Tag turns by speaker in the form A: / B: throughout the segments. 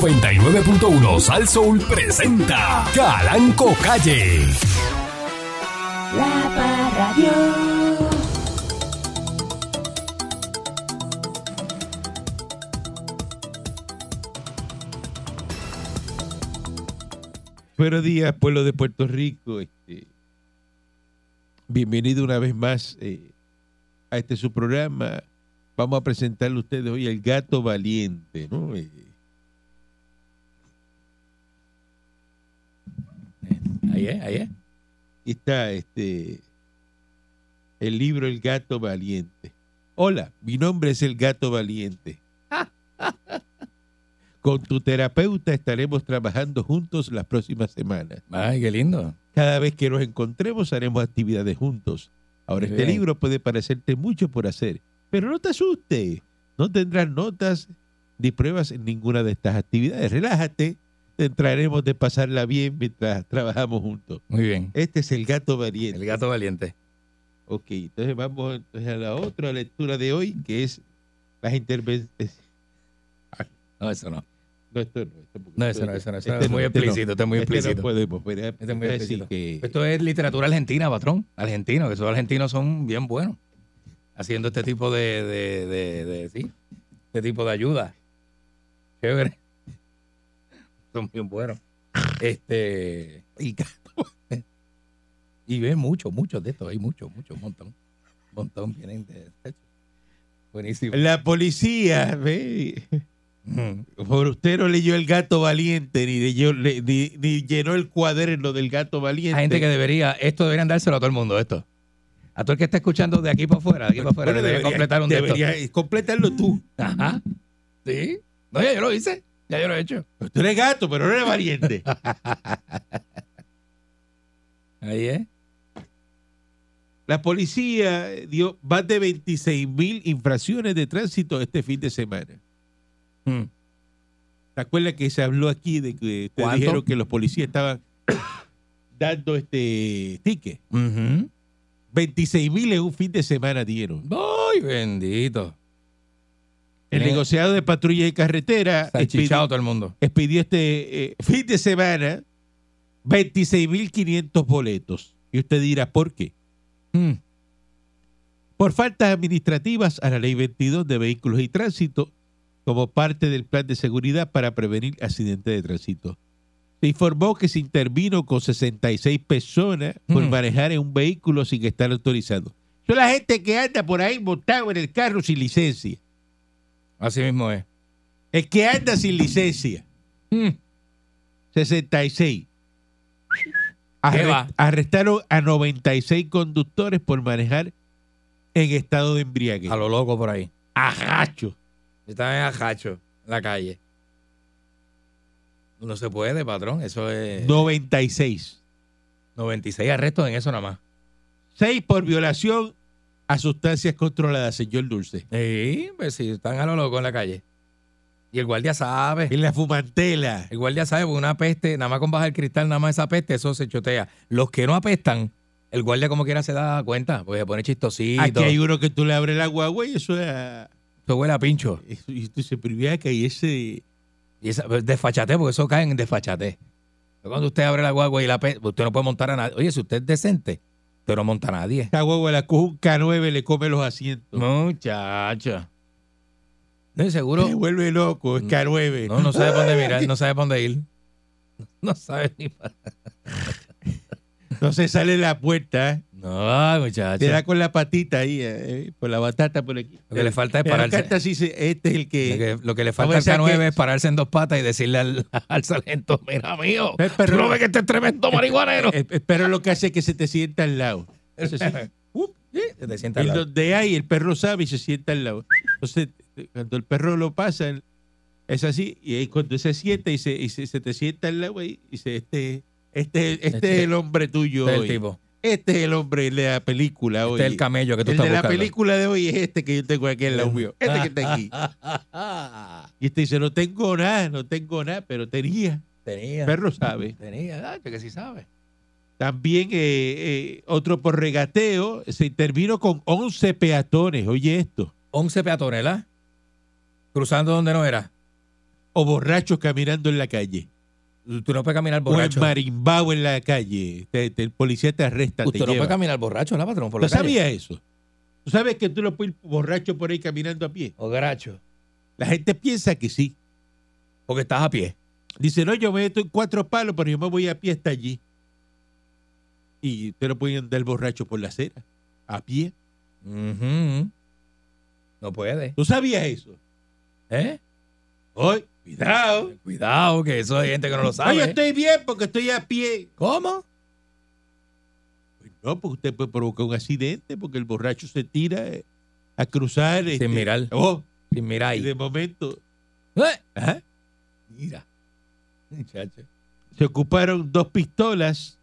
A: 99.1 Sal Soul presenta Calanco Calle.
B: La Parradio.
C: Buenos días, pueblo de Puerto Rico. Este, bienvenido una vez más eh, a este su programa. Vamos a presentarle a ustedes hoy el gato valiente, ¿no? Eh,
D: Ahí es, ahí es.
C: está este el libro El gato valiente. Hola, mi nombre es el gato valiente. Con tu terapeuta estaremos trabajando juntos las próximas semanas.
D: Ay, qué lindo.
C: Cada vez que nos encontremos haremos actividades juntos. Ahora,
D: Muy
C: este
D: bien.
C: libro puede parecerte mucho por hacer, pero no te asustes. No tendrás notas ni pruebas en ninguna de estas actividades. Relájate, te entraremos de pasarla bien mientras trabajamos juntos.
D: Muy bien.
C: Este es el gato valiente.
D: El gato valiente.
C: Ok, entonces vamos entonces a la otra lectura de hoy, que es las intervenciones.
D: No, eso no.
C: No, esto no. esto porque-
D: No, eso no, eso no. Eso
C: Este
D: es muy
C: no, este no.
D: explícito, esto es muy
C: Este
D: explícito.
C: no podemos, pero-
D: es muy
C: así
D: explícito.
C: que-
D: Esto es literatura argentina, patrón. Argentino, que esos argentinos son bien buenos. Haciendo este tipo de, de, de, de- sí, este tipo de ayuda. Chévere. Son bien buenos. Este, y, y ven mucho, muchos de estos, hay muchos, muchos, un montón. Un montón vienen de Buenísimo.
C: La policía, ve.
D: Ujú.
C: Forustero leyó El gato valiente, ni, leyó- le- ni, ni llenó el cuaderno del gato valiente.
D: Hay gente que debería, esto deberían dárselo a todo el mundo, esto. A todo el que está escuchando de aquí para afuera, de aquí para afuera,
C: Bueno,
D: debería
C: debería-
D: completar un de estos.
C: debería- completarlo tú.
D: Ajá. Sí. No, ya yo lo hice. Ya yo lo he hecho.
C: Pero Tú eres gato, pero no eres valiente.
D: Ahí es.
C: La policía eh, dio más de 26 mil infracciones de tránsito este fin de semana.
D: Mm.
C: ¿Te acuerdas que se habló aquí de que te
D: ¿Cuánto?
C: dijeron que los policías estaban dando este ticket?
D: Ujú.
C: 26 mil en un fin de semana dieron.
D: Ay, bendito.
C: El
D: Tiene
C: negociado de patrulla y carretera eh,
D: salchichado todo el mundo.
C: expidió este eh, fin de semana 26.500 boletos. Y usted dirá, ¿por qué?
D: Mm.
C: Por faltas administrativas a la Ley 22 de Vehículos y Tránsito, como parte del plan de seguridad para prevenir accidentes de tránsito. Se informó que se intervino con 66 personas por
D: Mm.
C: manejar en un vehículo sin estar autorizado. Son la gente que anda por ahí montado en el carro sin licencia.
D: Así mismo es.
C: El que anda sin licencia.
D: Mm.
C: 66. Arre-
D: va?
C: Arrestaron a 96 conductores por manejar en estado de embriaguez.
D: A lo loco por ahí.
C: Ajacho.
D: Están en ajacho, en la calle. No se puede, patrón. Eso es
C: 96.
D: 96 arrestos en eso nada más.
C: 6 por violación a sustancias controladas, señor Dulce.
D: Sí, pues sí, están a lo loco en la calle. Y el guardia sabe.
C: En la fumantela.
D: El guardia sabe, porque una peste, nada más con bajar el cristal, nada más esa peste, eso se chotea. Los que no apestan, el guardia como quiera se da cuenta, porque se pone chistosito.
C: Aquí hay uno que tú le abres la guagua y eso es... a-
D: Eso huele a pincho.
C: eso- Y tú se privea que hay ese...
D: Y esa, desfachate, porque eso cae en desfachate. Cuando usted abre la guagua y la peste, usted no puede montar a nadie. Oye, si usted es decente, usted no monta a nadie.
C: Esta guagua la coge un K9 le come los asientos.
D: Muchacha. No, y seguro.
C: Se vuelve loco, es K9.
D: No, no sabe para dónde mirar, no sabe para dónde ir. No sabe ni para.
C: No se sale de la puerta, ¿eh? Te
D: No,
C: da
D: muchacha.
C: con la patita ahí, eh, por la batata por aquí.
D: Lo que le falta es
C: Pero
D: pararse.
C: acá está así, se- este es el que...
D: Lo que, lo que le
C: Vamos
D: falta
C: a
D: al
C: decir
D: K9
C: que-
D: es pararse en dos patas y decirle al, al sargento, mira mío,
C: El perro-
D: tú no ves que este es tremendo marihuanero.
C: Eh, eh, Pero lo que hace es que se te sienta al lado. Eso sí. Up, eh.
D: Se te sienta
C: Y
D: al lado.
C: donde hay, el perro sabe y se sienta al lado. Entonces, eh, cuando el perro lo pasa, él- es así, y ahí cuando se sienta y se, y se, se te sienta al lado ahí, dice, este, este, este, es
D: Este-
C: el hombre tuyo
D: Este es el
C: hoy.
D: tipo.
C: Este es el hombre de la película hoy.
D: Este es el camello que tú
C: El
D: estás
C: de la
D: buscando.
C: película de hoy es este que yo tengo aquí en la mío. Este que está aquí. Y este dice, no tengo nada, no tengo nada, pero tenía.
D: tenía.
C: El perro sabe.
D: Tenía, ah, que sí sabe.
C: También eh, eh, otro por regateo, se intervino con 11 peatones, oye esto,
D: 11 peatonelas cruzando donde no era.
C: o borrachos caminando en la calle.
D: Tú tú no puedes caminar
C: O en
D: borracho.
C: marimbao en la calle. Te- te- el policía te arresta, te
D: Usted no
C: lleva.
D: puede caminar borracho, ¿verdad, patrón? Por
C: ¿Tú
D: la calle.
C: sabías eso? ¿Tú sabes que tú no puedes ir borracho por ahí caminando a pie?
D: O garacho.
C: La gente piensa que sí.
D: Porque estás a pie.
C: Dice, no, yo me meto en cuatro palos, pero yo me voy a pie hasta allí. Y usted no puede andar borracho por la acera, a pie.
D: Ujú. No puede.
C: ¿Tú sabías eso?
D: ¿Eh?
C: Hoy, cuidado.
D: Cuidado, que eso hay gente que no lo
C: No,
D: sabe. ¿eh?
C: yo estoy bien porque estoy a pie.
D: ¿Cómo?
C: Pues no, porque usted puede provocar un accidente porque el borracho se tira eh, a cruzar. este,
D: mirar.
C: oh,
D: Sin mirar
C: y
D: ahí.
C: de momento
D: ¡Eh!
C: ajá,
D: Mira. Muchacho.
C: se ocuparon dos pistolas,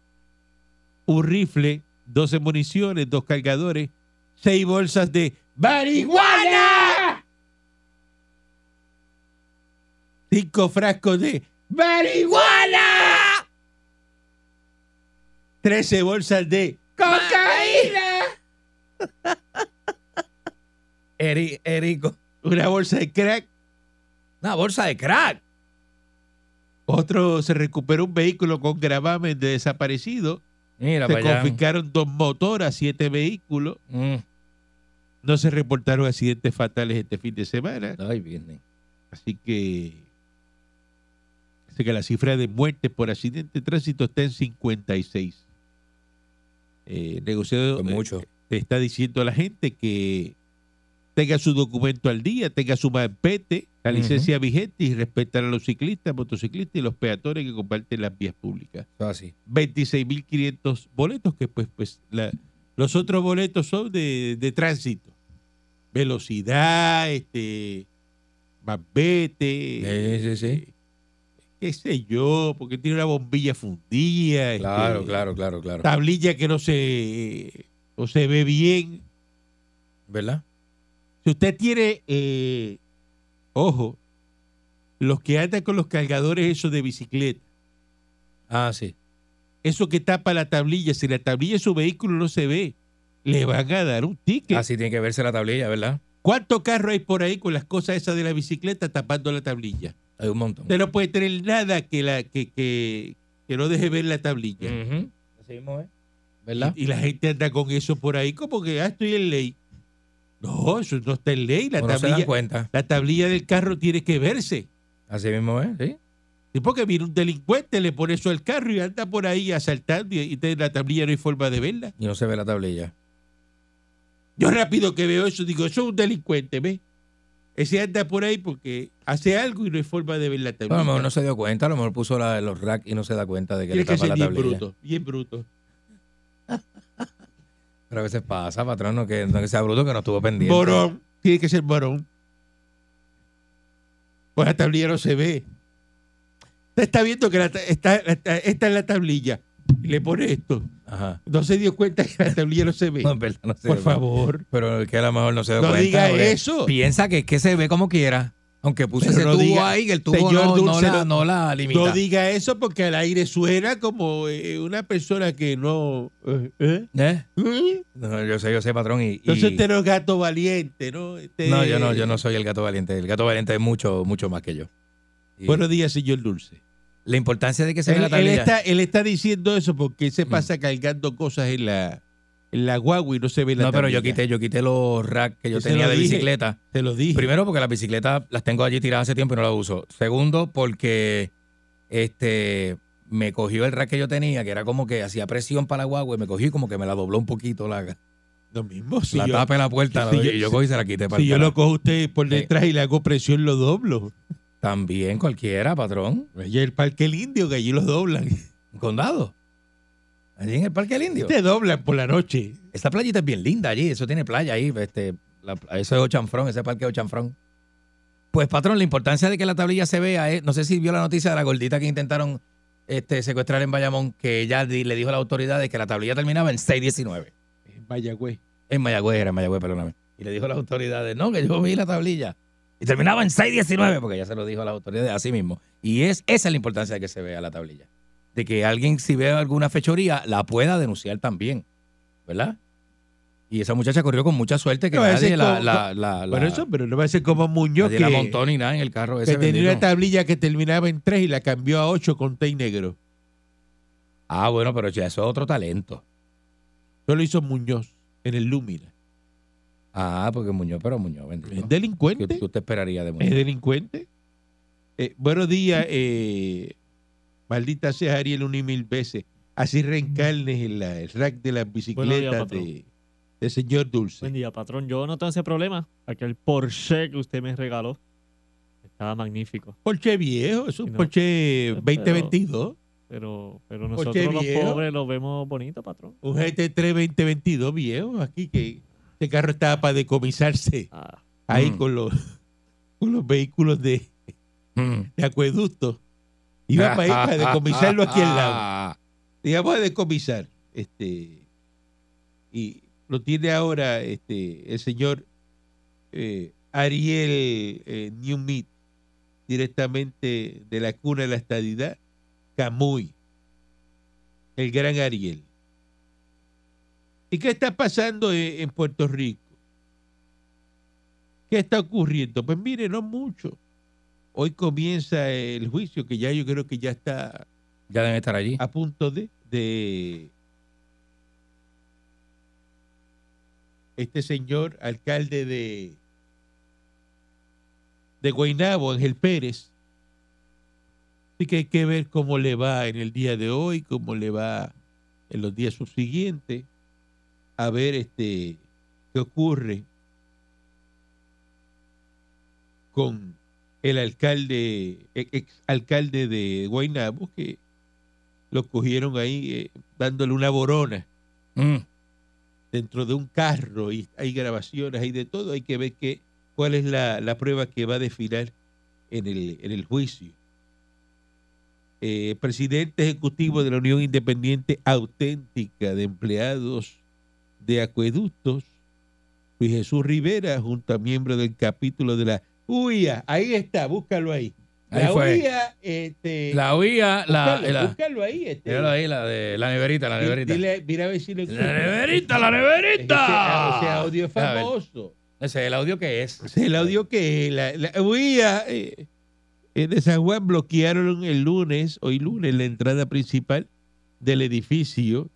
C: un rifle, 12 municiones, dos cargadores, seis bolsas de marihuana, cinco frascos de marihuana, 13 bolsas de cocaína.
D: Eri- Erico.
C: una bolsa de crack,
D: Una bolsa de crack.
C: otro se recuperó un vehículo con gravamen de desaparecido,
D: Mira,
C: se
D: para allá.
C: confiscaron dos motoras, siete vehículos,
D: Mm.
C: no se reportaron accidentes fatales este fin de semana,
D: Ay, viernes.
C: así que así que la cifra de muertes por accidente de tránsito está en 56. Eh, el negociado
D: Fue
C: eh,
D: Pues mucho.
C: le está diciendo a la gente que tenga su documento al día, tenga su mapete, la
D: Ujú.
C: licencia vigente y respetar a los ciclistas, motociclistas y los peatones que comparten las vías públicas.
D: Eso así.
C: 26.500 boletos, que pues, pues la- los otros boletos son de, de tránsito. Velocidad, este, mapete,
D: Sí, sí, sí.
C: qué sé yo, porque tiene una bombilla fundida. este,
D: Claro, claro, claro, claro.
C: Tablilla que no se, no se ve bien.
D: ¿Verdad?
C: Si usted tiene, eh, ojo, los que andan con los cargadores esos de bicicleta,
D: Ah, sí.
C: eso que tapa la tablilla, si la tablilla de su vehículo no se ve, le van a dar un ticket.
D: Así Ah, tiene que verse la tablilla, ¿verdad?
C: ¿Cuántos carros hay por ahí con las cosas esas de la bicicleta tapando la tablilla?
D: Hay un montón.
C: Usted no puede tener nada que, la, que, que, que no deje ver la tablilla.
D: Ujú. Así mismo es. Mm, ¿Verdad?
C: Y la gente anda con eso por ahí como que, ah, estoy en ley. No, eso no está en ley. La,
D: O no se dan
C: tablilla,
D: cuenta.
C: la tablilla del carro tiene que verse.
D: Así mismo es, sí.
C: Sí, porque viene un delincuente, le pone eso al carro y anda por ahí asaltando y, y te- la tablilla no hay forma de verla.
D: Y no se ve la tablilla.
C: Yo rápido que veo eso digo, eso es un delincuente, ¿ves? Ese anda por ahí porque hace algo y no hay forma de ver la
D: Bueno, a
C: tablilla.
D: lo mejor no se dio cuenta, a lo mejor puso la- los racks y no se da cuenta de que
C: Tiene
D: le
C: que
D: tapa
C: ser
D: la
C: bien
D: tablilla.
C: bruto, bien bruto.
D: Pero a veces pasa, patrón, no que, no que sea bruto, que no estuvo pendiente.
C: Morón, tiene que ser morón. Pues la tablilla no se ve. Usted está viendo que la ta- está, la ta- esta es la tablilla. Y le pone esto.
D: Ajá.
C: No se dio cuenta que la tablilla no se ve.
D: No, en verdad, no se
C: Por
D: dio
C: favor.
D: cuenta. Pero el que a lo mejor no se dio
C: No
D: cuenta.
C: diga
D: porque
C: eso.
D: Piensa que es que se ve como quiera. Aunque puso
C: Pero
D: ese
C: no
D: tubo
C: diga-
D: ahí, que el tubo
C: Señor
D: no, no
C: Dulce,
D: la,
C: no-
D: no la limita.
C: No diga eso porque al aire suena como eh, una persona que no. eh, eh,
D: ¿Eh?
C: eh.
D: No, yo sé, yo sé, patrón. Y, y-
C: Entonces usted no es gato valiente, ¿no? Este-
D: No, yo no, yo no soy el gato valiente. El gato valiente es mucho, mucho más que yo. Y
C: Buenos días, señor Dulce.
D: la importancia de que se vea
C: Él,
D: la
C: él
D: tablilla.
C: está, él está diciendo eso porque él se
D: Mm.
C: pasa cargando cosas en la, en la guagua y no se ve la
D: No, pero yo
C: tablilla.
D: quité, yo quité los racks que yo
C: Yo se
D: tenía
C: lo
D: de
C: dije.
D: bicicleta.
C: Te lo dije.
D: Primero, porque las bicicletas las tengo allí tiradas hace tiempo y no las uso. Segundo, porque este me cogió el rack que yo tenía, que era como que hacía presión para la guagua, y me cogió y como que me la dobló un poquito la,
C: lo mismo. Si,
D: la
C: yo,
D: tapa de la puerta.
C: si
D: la-
C: yo-
D: y yo cogí y se la quité para
C: si
D: el
C: yo
D: carajo.
C: lo cojo a usted por detrás y le hago presión, lo doblo.
D: También cualquiera, patrón.
C: Allí en el parque el indio, que allí los doblan.
D: Un condado. Allí en el Parque del Indio.
C: Te doblan por la noche.
D: Esta playita es bien linda allí, eso tiene playa ahí, este, la- eso es Ochanfrón, ese parque es Ochanfrón. Pues patrón, la importancia de que la tablilla se vea es, no sé si vio la noticia de la gordita que intentaron este, secuestrar en Bayamón, que ella di- le dijo a las autoridades que la tablilla terminaba en 619.
C: En Mayagüez.
D: En Mayagüez era, en Mayagüez, perdóname. Y le dijo a las autoridades, no, que yo vi la tablilla. Y terminaba en 619, porque ya se lo dijo a las autoridades así mismo. Y es, esa es la importancia de que se vea la tablilla. De que alguien, si ve alguna fechoría, la pueda denunciar también. ¿Verdad? Y esa muchacha corrió con mucha suerte que
C: No, ese
D: nadie
C: es
D: la,
C: como-
D: la, la, la-
C: Bueno, eso, pero no va a ser como Muñoz
D: nadie
C: que,
D: la montó ni nada en el carro.
C: que
D: Ese
C: tenía
D: bendito.
C: una tablilla que terminaba en 3 y la cambió a 8 con té y negro.
D: Ah, bueno, pero ya eso es otro talento.
C: Eso lo hizo Muñoz en el Lumina.
D: Ah, porque Muñoz, pero Muñoz, bendito.
C: ¿Es
D: ¿Qué
C: delincuente?
D: tú te esperarías de
C: ¿Es
D: Muñoz?
C: delincuente? Eh, buenos días, eh, maldita sea Ariel un y mil veces. Así reencarnes en la- el rack de las bicicletas
E: patrón.
C: de, de señor
E: Buen
C: Dulce.
E: día, patrón. Yo no tengo ese problema. Aquel Porsche que usted me regaló estaba magnífico.
C: Porsche viejo, es un
E: No.
C: Porsche 2022.
E: Pero, pero
C: Porsche
E: nosotros los
C: viejo.
E: pobres lo vemos bonito, patrón.
C: Un GT3 2022 viejo aquí que este carro estaba para decomisarse
E: Ah,
C: ahí
D: Mm.
C: con, los, con los vehículos de,
D: Mm.
C: de acueducto. Iba para ir para decomisarlo aquí al lado. digamos, de decomisar. Este, y lo tiene ahora este, el señor eh, Ariel eh, Newmeat, directamente de la cuna de la estadidad, Camuy, el gran Ariel. ¿Y qué está pasando eh, en Puerto Rico? ¿Qué está ocurriendo? Pues mire, no mucho. Hoy comienza el juicio que ya yo creo que ya está
D: Ya deben estar allí.
C: a punto de, de este señor alcalde de de Guaynabo, Ángel Pérez. Así que hay que ver cómo le va en el día de hoy, cómo le va en los días subsiguientes, a ver este qué ocurre con el alcalde, e-, ex alcalde de Guaynabo, que lo cogieron ahí eh, dándole una borona
D: Mm.
C: dentro de un carro y hay grabaciones, hay de todo, hay que ver qué cuál es la, la prueba que va a desfilar en el, en el juicio. Eh, presidente ejecutivo de la Unión Independiente Auténtica de Empleados de Acueductos, Luis Jesús Rivera, junto a miembro del capítulo de la UIA, ahí está, búscalo ahí.
D: Ahí
C: La
D: fue.
C: UIA, este,
D: La oía, la,
C: búscalo,
D: la-
C: búscalo ahí. Este,
D: míralo ahí, la de la neverita, la
C: Di-
D: neverita.
C: dile- mira a ver si lo
D: La
C: encuentro.
D: neverita, la
C: Es que Ese,
D: neverita.
C: ese audio es
D: A ver,
C: famoso.
D: Ese es el audio que es.
C: Ese es Pues el audio que la, la UIA, eh, eh, de San Juan bloquearon el lunes, hoy lunes, la entrada principal del edificio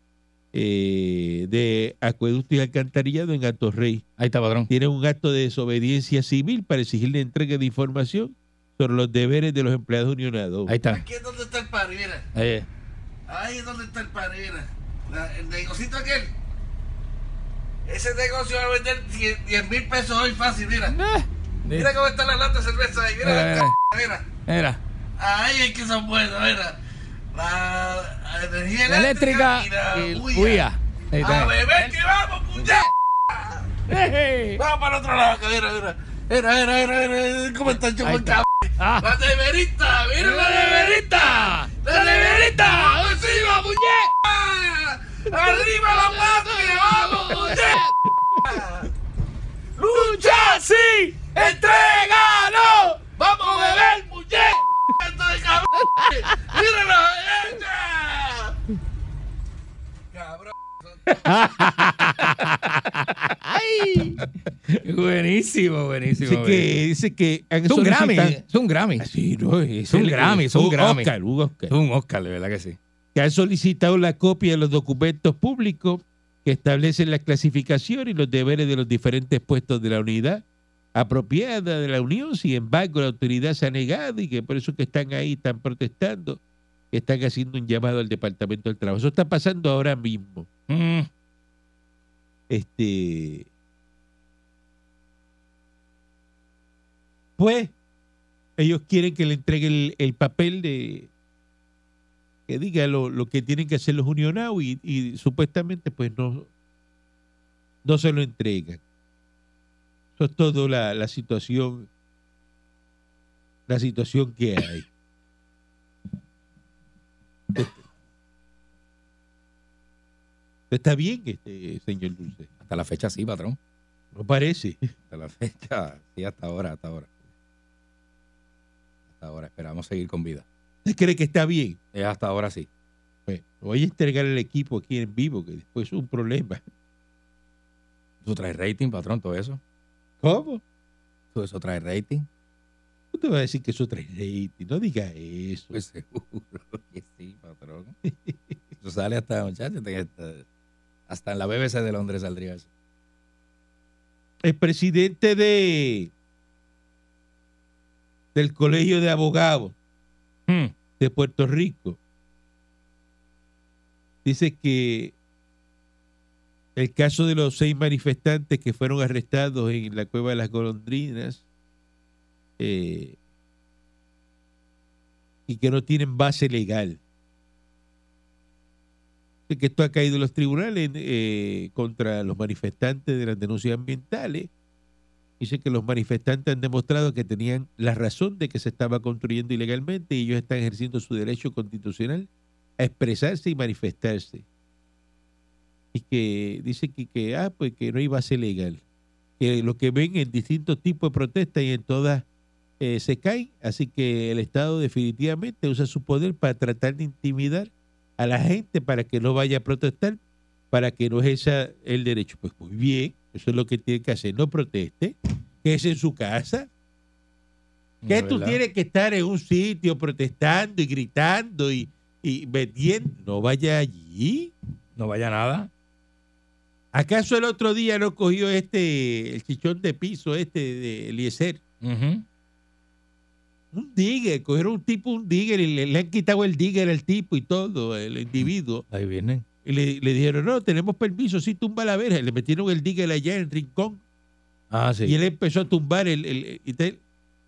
C: eh, de Acueducto y Alcantarillado en Atorrey.
D: Ahí está, patrón.
C: Tienen un acto de desobediencia civil para exigir la entrega de información sobre los deberes de los empleados unionados.
D: Ahí está.
F: Aquí es donde está el Parera.
D: Ahí es.
F: Ahí es donde está el Parera. La- el negocito aquel. Ese negocio va a vender 10 mil pesos hoy fácil, mira. Mira cómo está la lata de cerveza ahí, mira la
D: Eh.
F: c- mira.
D: Mira.
F: Ahí es que son buenos, mira. La energía
D: La
F: eléctrica,
D: eléctrica y
F: y la
D: huía.
F: huya.
D: Ahí está.
F: A beber que vamos, puñet. Vamos para el otro lado, que mira, mira. Mira, mira, mira, mira, cómo está el
D: Ahí
F: chupón,
D: está. Ah.
F: La neverita, mira la neverita. La neverita. Arriba, muñeca. Arriba la patria, vamos, muñeca. Lucha, sí. Entrégalo. Vamos a beber, muñeca. Esto de cabrón. Míralo, ella. Cabrón.
D: Buenísimo,
C: Dice
D: buenísimo.
C: que, dice que han
D: Es un Grammy.
C: solicitado-
D: Es un Grammy.
C: Ah, sí, no, es
D: un
C: el-
D: Grammy, es un Grammy.
C: Oscar, un Oscar.
D: Es un Oscar, de verdad que sí.
C: que han solicitado la copia de los documentos públicos que establecen la clasificación y los deberes de los diferentes puestos de la unidad apropiada de la Unión. Sin embargo, la autoridad se ha negado y que por eso que están ahí, están protestando, que están haciendo un llamado al Departamento del Trabajo. Eso está pasando ahora mismo.
D: Mm.
C: Este, pues, ellos quieren que le entreguen el, el papel de que diga lo, lo que tienen que hacer los unionados y, y supuestamente pues no, no se lo entregan. Eso es toda la, la situación, la situación que hay. Está bien, este señor Dulce.
D: Hasta la fecha sí, patrón.
C: No parece.
D: Hasta la fecha sí, hasta ahora, hasta ahora. Hasta ahora. Esperamos seguir con vida.
C: ¿Usted cree que está bien?
D: Es hasta ahora sí.
C: Bueno, voy a entregar el equipo aquí en vivo, que después es un problema.
D: Eso trae rating, patrón, todo eso.
C: ¿Cómo?
D: Todo eso trae rating.
C: No te vas a decir que eso trae rating. No digas eso.
D: Pues seguro que sí, patrón. Eso sale hasta, muchachos, hasta, hasta en la BBC de Londres saldría eso.
C: El presidente de del Colegio de Abogados
D: Hmm.
C: de Puerto Rico dice que el caso de los seis manifestantes que fueron arrestados en la cueva de las golondrinas eh, y que no tienen base legal. Dice Que esto ha caído en los tribunales eh, contra los manifestantes de las denuncias ambientales. Dice que los manifestantes han demostrado que tenían la razón de que se estaba construyendo ilegalmente y ellos están ejerciendo su derecho constitucional a expresarse y manifestarse. Y que dice que, que, ah, pues que no hay base legal. Que lo que ven en distintos tipos de protestas y en todas eh, se caen. Así que el Estado definitivamente usa su poder para tratar de intimidar a la gente para que no vaya a protestar, para que no ejerza el derecho. Pues muy bien, eso es lo que tiene que hacer. No proteste, que es en su casa. Que
D: De
C: tú
D: verdad.
C: tienes que estar en un sitio protestando y gritando y, y vendiendo. No vaya allí.
D: No vaya nada.
C: ¿Acaso el otro día no cogió este, el chichón de piso este de Eliezer?
D: Ujú.
C: Un digger, cogieron un tipo, un digger, y le, le han quitado el digger al tipo y todo, el individuo.
D: Ahí vienen.
C: Y le, le dijeron, no, tenemos permiso, sí, tumba la verja. Y Le metieron el digger allá en el rincón.
D: Ah, sí.
C: Y él empezó a tumbar el... el- y te-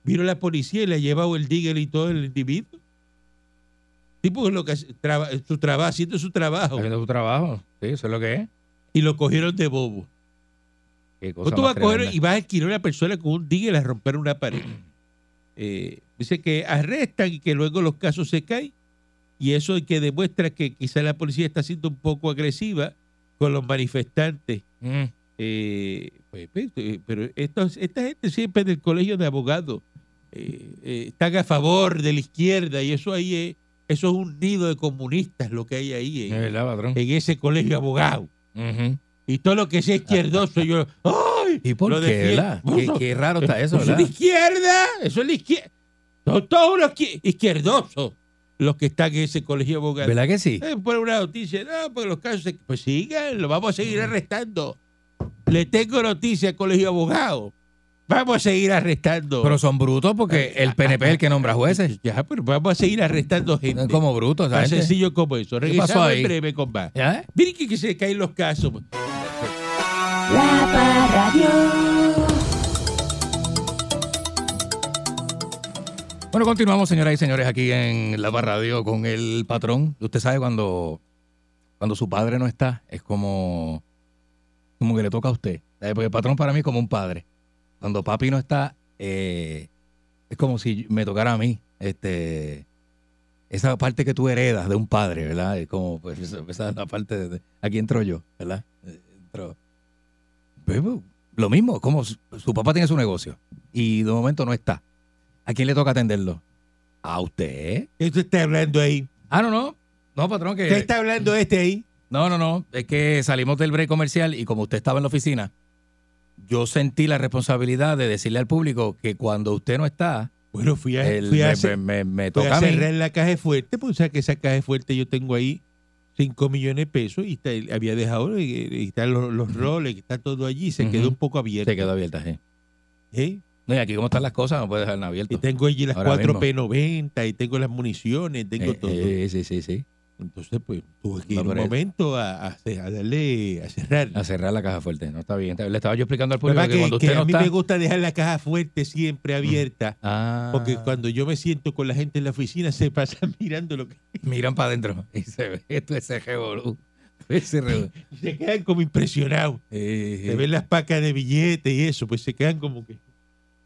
C: vino la policía y le ha llevado el digger y todo el individuo. Tipo lo que hace- traba- su trabajo, haciendo su trabajo.
D: Haciendo su trabajo. Sí, eso es lo que es.
C: Y lo cogieron de bobo.
D: Qué
C: ¿Cómo Pues
D: cosa
C: tú
D: más
C: vas a coger
D: tremenda.
C: y vas a alquilar a una persona con un digger y la romper una pared? Eh, dice que arrestan y que luego los casos se caen. Y eso que demuestra que quizá la policía está siendo un poco agresiva con los manifestantes.
D: Mm.
C: Eh, pues, pues, eh, pero estos- esta gente siempre del colegio de abogados eh, eh, están a favor de la izquierda y eso ahí es, eso es un nido de comunistas lo que hay ahí
D: Es
C: en,
D: verdad, patrón.
C: en ese colegio de abogados.
D: Ujú.
C: Y todo lo que sea izquierdoso, yo. ¡Ay!
D: ¿Y por
C: Lo
D: qué,
C: defiendo.
D: verdad? Qué, qué raro está
C: Eso
D: eso,
C: es
D: ¿verdad?
C: la izquierda, eso es la izquierda. Son todos los qui- izquierdosos los que están en ese colegio de abogados.
D: ¿Verdad que sí?
C: Eh, por una noticia, no, porque los casos, se- pues sigan, lo vamos a seguir arrestando. Le tengo noticia al colegio de abogados. Vamos a seguir arrestando.
D: Pero son brutos porque el PNP es el que nombra jueces.
C: ya, pero vamos a seguir arrestando gente.
D: Son como brutos,
C: Tan
D: ¿sabes?
C: sencillo como eso. Regresamos
D: pasó ahí?
C: en breve con más.
D: ¿Ya?
C: Miren que, que se caen los casos.
B: La Parra
D: Bueno, continuamos, señoras y señores, aquí en La Barra Radio con el patrón. Usted sabe cuando, cuando su padre no está, es como, como que le toca a usted. ¿Sabe? Porque el patrón para mí es como un padre. Cuando papi no está, eh, es como si me tocara a mí. Este, esa parte que tú heredas de un padre, ¿verdad? Es como, pues, esa esa es la parte de, de- aquí entro yo, ¿verdad? Eh, Entro. Pero, lo mismo, como su- su papá tiene su negocio y de momento no está. ¿A quién le toca atenderlo? ¿A usted?
C: Esto está hablando ahí.
D: Ah, no, no. No, patrón, que...
C: ¿Qué está hablando este ahí?
D: No, no, no. Es que salimos del break comercial y como usted estaba en la oficina, yo sentí la responsabilidad de decirle al público que cuando usted no está,
C: Bueno, fui a,
D: él
C: fui a
D: me,
C: hacer-
D: me- me- me
C: Voy
D: toca
C: a
D: a mí.
C: Pues cerrar la caja de fuerte, pues o sea que esa caja de fuerte yo tengo ahí 5 millones de pesos y está- había dejado, eh, y están los, los roles, que está todo allí, se
D: Ujú.
C: quedó un poco abierto.
D: Se quedó abierta, sí.
C: ¿eh?
D: No, y aquí como están las cosas, no puede Eh, dejar nada
C: Y
D: abierto.
C: tengo allí las
D: Ahora
C: 4 P90 y tengo las municiones, tengo
D: Eh,
C: todo.
D: eh, sí, sí, sí.
C: Entonces, pues tuve que ir
D: No,
C: un
D: pero es-
C: momento a, a- a darle, a cerrar.
D: A cerrar la caja fuerte. No está bien. está bien. Le estaba yo explicando al
C: Lo que
D: público
C: pasa
D: que,
C: que-
D: cuando
C: que
D: usted no
C: a mí
D: está...
C: me gusta dejar la caja fuerte siempre abierta,
D: Ah,
C: porque cuando yo me siento con la gente en la oficina se pasan mirando lo que
D: miran para adentro y se ve esto, ese revolú. Ese revolú.
C: se quedan como impresionados.
D: Eh,
C: de ver las pacas de billetes y eso, pues se quedan como que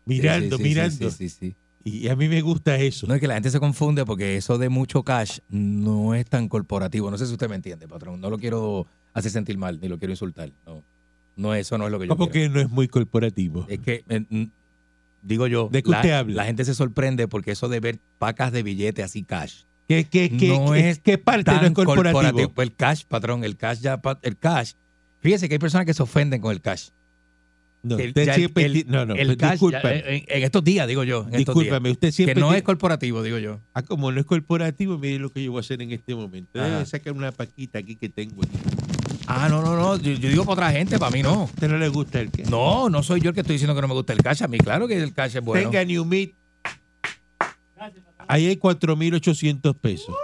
C: mirando,
D: Sí, sí, sí,
C: mirando.
D: sí, sí, sí.
C: Y a mí me gusta eso.
D: No es que la gente se confunde porque eso de mucho cash no es tan corporativo. No sé si usted me entiende, patrón. No lo quiero hacer sentir mal ni lo quiero insultar. No, no eso no es lo que yo
C: como
D: quiero.
C: que no es muy corporativo.
D: Es que eh, mm, digo yo,
C: ¿De qué
D: la,
C: usted habla?
D: la gente se sorprende porque eso de ver pacas de billete así cash
C: ¿Qué, qué, qué,
D: no
C: qué-
D: es
C: qué parte Este no
D: tan Pues
C: es corporativo?
D: corporativo. El cash, patrón, el cash ya pa- el cash. Fíjese que hay personas que se ofenden con el cash.
C: No,
D: que
C: usted
D: ya
C: siempre ti- no, no, pues,
D: cash ya- eh,
C: discúlpame.
D: en, en estos días, digo yo. en estos días.
C: Discúlpame, usted siempre
D: que no
C: ti-
D: es corporativo, digo yo.
C: Ah, como no es corporativo, mire lo que yo voy a hacer en este momento.
D: Ajá.
C: Déjame sacar una paquita aquí que tengo. aquí.
D: Ah, no, no, no. Yo, yo digo para otra gente, para mí no.
C: ¿A usted no le gusta el que?
D: No, no soy yo el que estoy diciendo que no me gusta el cash. A mí, claro que el cash es bueno.
C: Tenga New Meat. Ahí hay 4.800 pesos.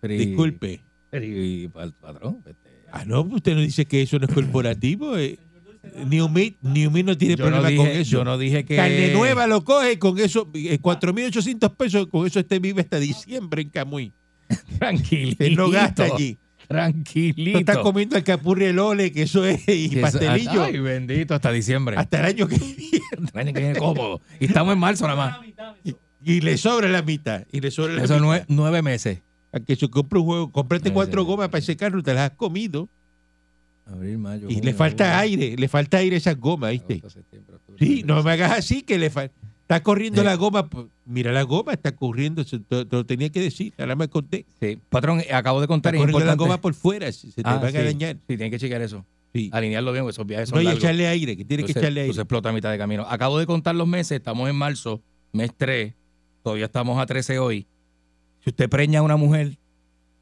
D: Pero y-
C: Disculpe.
D: pero y para el patrón. este,
C: Ah, no, usted no dice que eso no es corporativo. eh. New Meat, New Meat no tiene
D: yo, no
C: problema con
D: dije,
C: eso.
D: yo no dije que.
C: Carne nueva lo coge con eso, eh, 4.800 pesos, con eso usted vive hasta diciembre en Camuy.
D: Tranquilito.
C: Usted lo gasta allí.
D: Tranquilito.
C: No está comiendo el capurri el ole, que eso es, y
D: Que eso-
C: pastelillo,
D: Ay, bendito, hasta diciembre.
C: hasta el año que viene.
D: El año que viene cómodo. Y estamos en marzo nada más.
C: Y le sobra la mitad. Y le sobra la
D: Eso Eh,
C: mitad.
D: nue- nueve meses.
C: A que se compre un juego, comprate
D: Sí,
C: cuatro
D: sí.
C: gomas para ese carro, te las has comido.
D: Abril, mayo.
C: Y le
D: junio,
C: falta
D: julio,
C: aire, le falta aire a esas gomas, ¿viste?
D: agosto, septiembre, octubre,
C: Sí, no
D: noviembre.
C: me hagas así que le falta. Está corriendo
D: Sí.
C: la goma. p- Mira la goma, está corriendo. se- Te te lo tenía que decir, ahora me conté.
D: Sí. Patrón, eh, acabo de
C: Está
D: contar. es
C: corriendo la
D: importante.
C: goma por fuera, se se te
D: Ah,
C: van
D: sí.
C: a dañar.
D: Sí, tienen que chequear eso.
C: Sí.
D: Alinearlo bien, porque esos viajes son
C: No, y
D: largos.
C: echarle aire, que tiene que
D: Entonces-
C: echarle aire.
D: entonces explota a mitad de camino. Acabo de contar los meses, estamos en marzo, mes 3, todavía estamos a 13 hoy. Si usted preña a una mujer,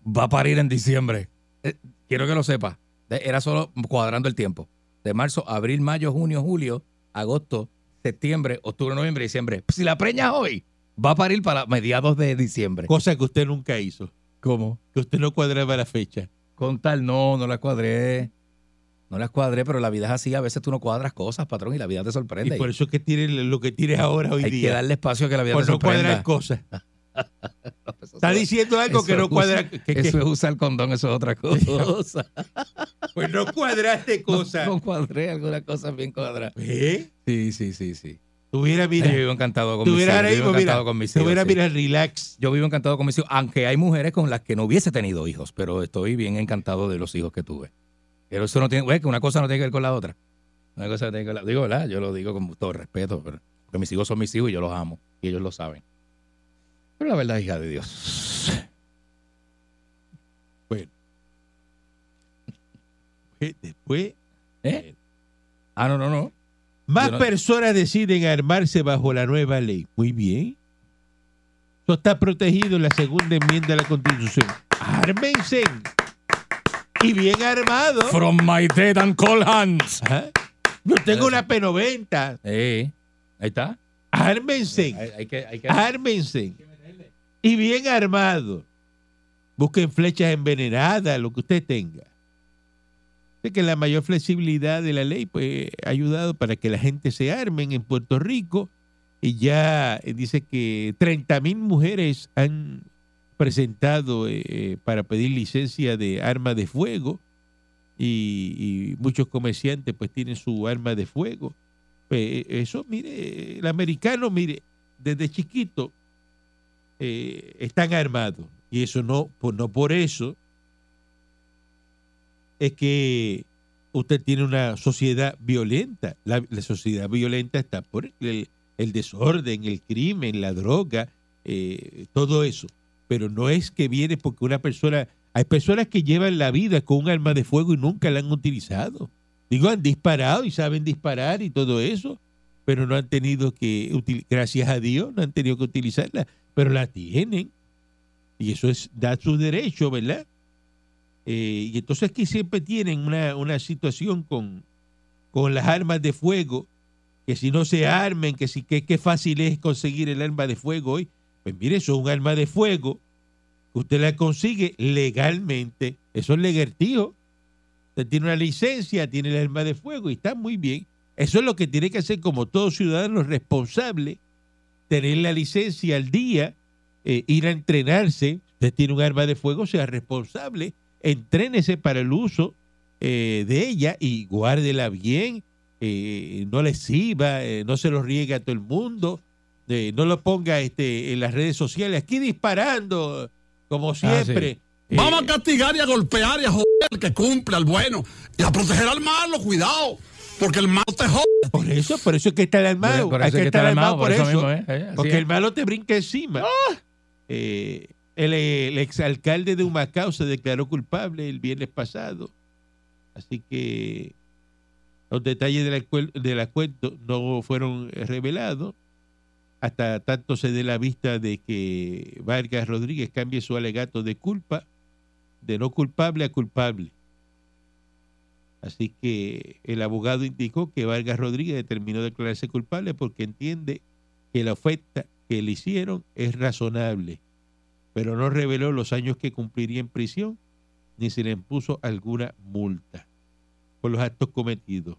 D: va a parir en diciembre. Eh, quiero que lo sepa. De- Era solo cuadrando el tiempo. De marzo, abril, mayo, junio, julio, agosto, septiembre, octubre, noviembre, diciembre. Si la preña hoy, va a parir para mediados de diciembre.
C: Cosa que usted nunca hizo,
D: ¿Cómo?
C: que usted no cuadraba la fecha.
D: Contar, no, no la cuadré. No la cuadré, pero la vida es así. A veces tú no cuadras cosas, patrón, y la vida te sorprende.
C: Y por eso es que tiene lo que tiene ahora hoy
D: Hay que
C: día.
D: darle espacio a que la vida
C: Por
D: te
C: no cuadrar
D: sorprenda.
C: cosas.
D: Eso
C: Está
D: es-
C: diciendo algo
D: eso
C: que no
D: es
C: cuadra.
D: usa-
C: que- que-
D: eso es usar condón, eso es otra cosa.
C: pues no cuadraste cosas.
D: No, no cuadré alguna cosa bien cuadrada.
C: ¿Eh?
D: Sí, sí, sí, sí.
C: Tuviera,
D: Yo
C: mira.
D: vivo encantado con mis
C: Tuviera
D: hijos.
C: ahora
D: Yo vivo
C: mismo, mira.
D: encantado con mis hijos.
C: Tuviera,
D: sí.
C: mira, relax.
D: Yo vivo encantado con mis hijos, aunque hay mujeres con las que no hubiese tenido hijos, pero estoy bien encantado de los hijos que tuve. Pero eso no tiene, güey, que una cosa no tiene que ver con la otra. Una cosa no tiene que ver con la Digo, ¿verdad? Yo lo digo con todo respeto, pero porque mis hijos son mis hijos y yo los amo, y ellos lo saben. Pero la verdad, hija de Dios.
C: Eh, Después,
D: ¿Eh? Ah, no, no, no.
C: más
D: Yo no-
C: personas deciden armarse bajo la nueva ley. Muy bien. Eso está protegido en la segunda enmienda de la Constitución. Ármense. Y bien armado.
D: From my dead and cold hands.
C: Ajá. Yo tengo una P90.
D: Eh, ahí está. Hay,
C: Ármense.
D: hay que, hay que-
C: Ármense. Y bien armado. Busquen flechas envenenadas, lo que usted tenga. Sé que la mayor flexibilidad de la ley pues, ha ayudado para que la gente se armen en Puerto Rico. Y ya eh, dice que 30 mil mujeres han presentado eh, eh, para pedir licencia de arma de fuego. Y, y muchos comerciantes pues tienen su arma de fuego. Pues, eso, mire, el americano, mire, desde chiquito eh, están armados. Y eso no, pues no por eso es que usted tiene una sociedad violenta. La, la sociedad violenta está por el, el desorden, el crimen, la droga, eh, todo eso. Pero no es que viene porque una persona... Hay personas que llevan la vida con un arma de fuego y nunca la han utilizado. Digo, han disparado y saben disparar y todo eso, pero no han tenido que, util- gracias a Dios, no han tenido que utilizarla, pero la tienen. Y eso es, da su derecho, ¿verdad? Eh, y entonces aquí siempre tienen una, una situación con, con las armas de fuego, que si no se armen, que si que, qué fácil es conseguir el arma de fuego hoy. Pues mire, eso es un arma de fuego. que Usted la consigue legalmente. Eso es legertío. Usted Eh, tiene una licencia, tiene el arma de fuego y está muy bien. Eso es lo que tiene que hacer como todo ciudadano responsable, tener la licencia al día, eh, ir a entrenarse. Usted tiene un arma de fuego, sea responsable, entrénese para el uso eh, de ella y guárdela bien, eh, no le sirva, eh, no se lo riegue a todo el mundo, eh, no lo ponga este, en las redes sociales, aquí disparando, como siempre. Eh,
B: Vamos a castigar y a golpear y a joder al que cumple, al bueno. Y a proteger al malo, cuidado. Porque el malo te jode.
C: Por eso, por eso es que está el armado.
D: por
C: hay
D: eso es que está alarmado, por eso, mismo,
C: eso.
D: ¿eh? Eh, así
C: Porque
D: es. ¡Ah!
C: el malo te brinca encima. Eh, el, el exalcalde de Humacao se declaró culpable el viernes pasado. Así que Los detalles del, acuer- del acuerdo no fueron revelados hasta tanto se dé la vista de que Vargas Rodríguez cambie su alegato de culpa de no culpable a culpable. Así que el abogado indicó que Vargas Rodríguez determinó declararse culpable porque entiende que la oferta que le hicieron es razonable, pero no reveló los años que cumpliría en prisión ni se le impuso alguna multa por los actos cometidos.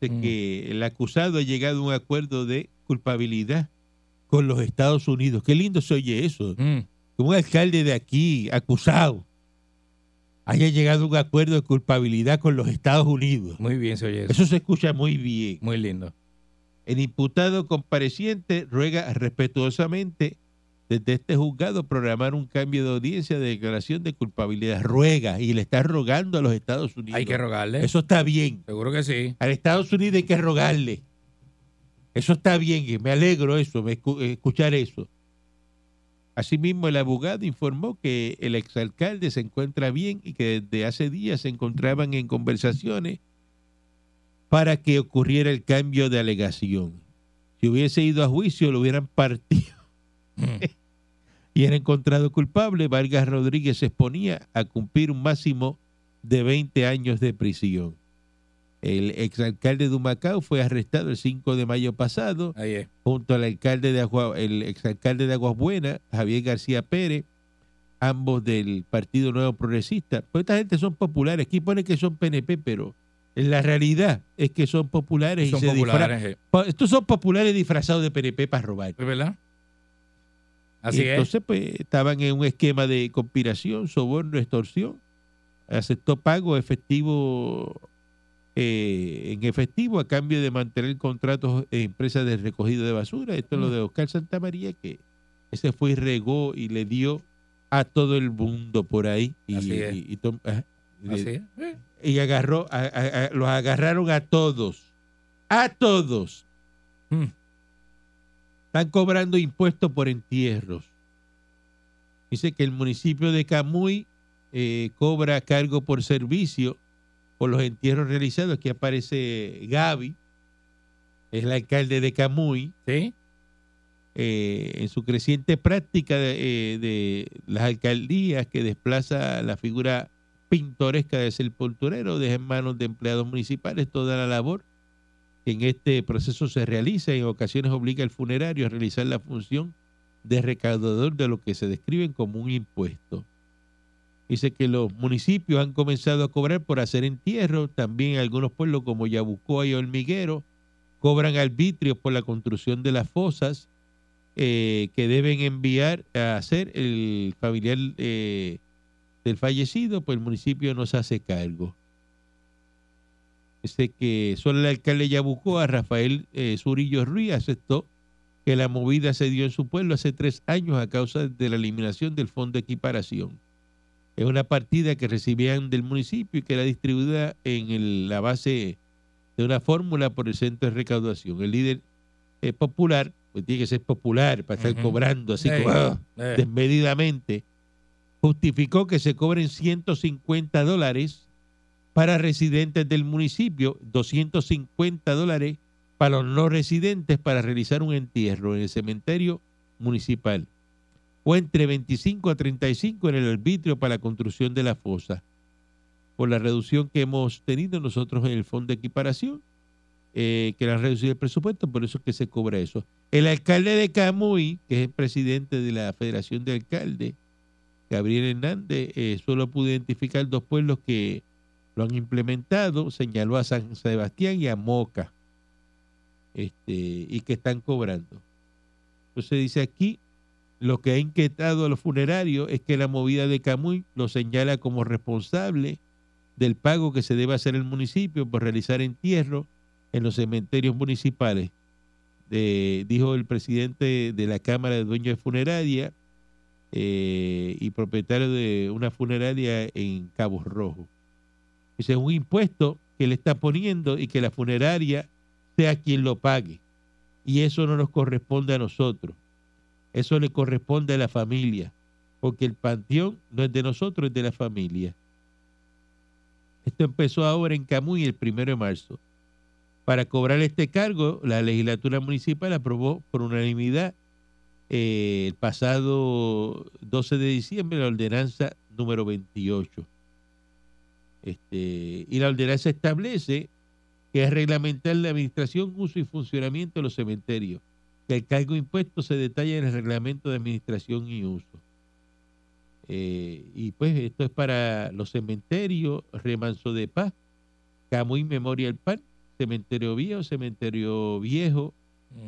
C: De
D: Mm.
C: que el acusado ha llegado a un acuerdo de culpabilidad con los Estados Unidos. Qué lindo se oye eso
D: Mm.
C: que un alcalde de aquí, acusado, haya llegado a un acuerdo de culpabilidad con los Estados Unidos.
D: Muy bien se oye eso.
C: Eso se escucha muy bien.
D: Muy lindo.
C: El imputado compareciente ruega respetuosamente desde este juzgado programar un cambio de audiencia de declaración de culpabilidad. Ruega y le está rogando a los Estados Unidos.
D: Hay que rogarle.
C: Eso está bien.
D: Seguro que sí.
C: Al Estados Unidos hay que rogarle. Eso está bien, y me alegro eso, me escu- eh, escuchar eso. Asimismo, el abogado informó que el exalcalde se encuentra bien y que desde hace días se encontraban en conversaciones para que ocurriera el cambio de alegación. Si hubiese ido a juicio, lo hubieran partido
D: Mm.
C: y era encontrado culpable, Vargas Rodríguez se exponía a cumplir un máximo de 20 años de prisión. El exalcalde de Humacao fue arrestado el 5 de mayo pasado
D: Ahí es.
C: junto al alcalde de Agua, el exalcalde de Aguas Buenas, Javier García Pérez, ambos del Partido Nuevo Progresista. Pues esta gente son populares, aquí pone que son PNP, pero en la realidad es que son populares y
D: Son
C: se disfra-
D: populares. eh.
C: po- Estos son populares disfrazados de PNP para robar.
D: ¿Es verdad?
C: Y
D: Así
C: entonces, pues, estaban en un esquema de conspiración, soborno, extorsión. Aceptó pago efectivo eh, en efectivo a cambio de mantener contratos en empresas de recogido de basura. Esto es
D: Mm.
C: lo de Oscar Santa María, que ese fue y regó y le dio a todo el mundo por ahí. Y,
D: Así es.
C: y- y tom- ah, ajá.
D: es. Así es. Eh.
C: Y agarró, a- a- a- los agarraron a todos. A todos.
D: Mm.
C: Están cobrando impuestos por entierros. Dice que el municipio de Camuy eh, cobra cargo por servicio por los entierros realizados. Aquí aparece Gaby, es el alcalde de Camuy
D: Sí.
C: eh, en su creciente práctica de, eh, de las alcaldías que desplaza la figura pintoresca de ser porturero, deja en manos de empleados municipales toda la labor que en este proceso se realiza y en ocasiones obliga al funerario a realizar la función de recaudador de lo que se describen como un impuesto. Dice que los municipios han comenzado a cobrar por hacer entierro, también algunos pueblos como Yabucoa y Hormiguero cobran arbitrios por la construcción de las fosas eh, que deben enviar a hacer el familiar eh, del fallecido, pues el municipio no se hace cargo. Dice que solo el alcalde de Yabucoa, Rafael eh, Zurillo Ruiz, aceptó que la movida se dio en su pueblo hace tres años a causa de la eliminación del fondo de equiparación. Es una partida que recibían del municipio y que era distribuida en el- la base de una fórmula por el centro de recaudación. El líder eh, popular, pues tiene que ser popular para estar
D: Ujú.
C: cobrando así
D: Ey,
C: como, ¡ah!
D: eh.
C: desmedidamente, justificó que se cobren 150 dólares para residentes del municipio, 250 dólares para los no residentes para realizar un entierro en el cementerio municipal o entre 25 a 35 en el arbitrio para la construcción de la fosa. Por la reducción que hemos tenido nosotros en el fondo de equiparación, eh, que la han reducido el presupuesto, por eso es que se cobra eso. El alcalde de Camuy, que es el presidente de la Federación de Alcaldes, Gabriel Hernández, eh, solo pudo identificar dos pueblos que lo han implementado, señaló a San Sebastián y a Moca, este, y que están cobrando. Entonces dice aquí, lo que ha inquietado a los funerarios es que la movida de Camuy lo señala como responsable del pago que se debe hacer el municipio por realizar entierro en los cementerios municipales de- dijo el presidente de la Cámara de Dueños de Funeraria eh, y propietario de una funeraria en Cabo Rojo. Ese es un impuesto que le está poniendo y que la funeraria sea quien lo pague. Y eso no nos corresponde a nosotros. Eso le corresponde a la familia. Porque el panteón no es de nosotros, es de la familia. Esto empezó ahora en Camuy el primero de marzo. Para cobrar este cargo, la legislatura municipal aprobó por unanimidad eh, el pasado 12 de diciembre la ordenanza número 28. Este, y la ordenanza establece que es reglamentar la administración, uso y funcionamiento de los cementerios, que el cargo impuesto se detalla en el reglamento de administración y uso. Eh, y pues esto es para los cementerios, Remanso de Paz, Camuy Memorial Park, Cementerio Viejo, Cementerio Viejo,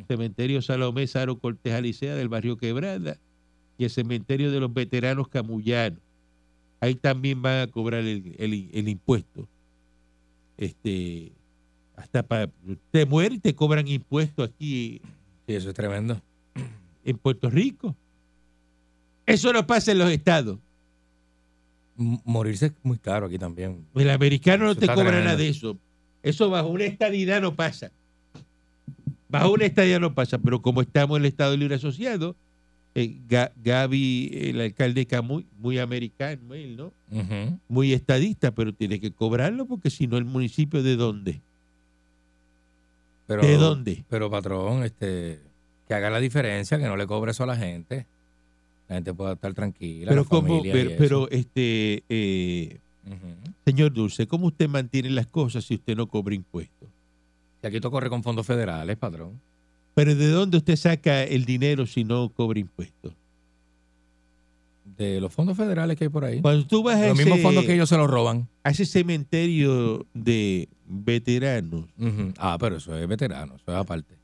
C: Cementerio Salomé Saro Cortés Alicea del barrio Quebrada y el Cementerio de los Veteranos Camullanos. Ahí también van a cobrar el, el- el impuesto. Este, hasta para te mueres y te cobran impuesto aquí
D: Sí, eso es tremendo.
C: en Puerto Rico. Eso no pasa en los estados.
D: M- morirse es muy caro aquí también.
C: El americano no
D: Eso
C: te
D: está
C: cobra
D: tremendo.
C: nada de eso. Eso bajo una estadidad no pasa. Bajo una estadidad no pasa, pero como estamos en el Estado Libre Asociado, eh, Ga- Gaby, el alcalde de Camuy, muy americano él, ¿no?
D: Ujú.
C: Muy estadista, pero tiene que cobrarlo porque si no el municipio de dónde?
D: Pero,
C: ¿De dónde?
D: Pero patrón, este, que haga la diferencia, que no le cobre eso a la gente. La gente pueda estar tranquila.
C: pero
D: la
C: como,
D: familia y
C: pero,
D: eso.
C: pero, este, eh,
D: Ujú.
C: señor Dulce, ¿cómo usted mantiene las cosas si usted no cobra impuestos?
D: Y aquí todo corre con fondos federales, patrón.
C: Pero ¿de dónde usted saca el dinero si no cobra impuestos?
D: De los fondos federales que hay por ahí.
C: Cuando tú vas a
D: los mismos
C: ese-
D: fondos que ellos se los roban.
C: a ese cementerio de veteranos.
D: Ujú. Ah, pero eso es veterano, eso es aparte.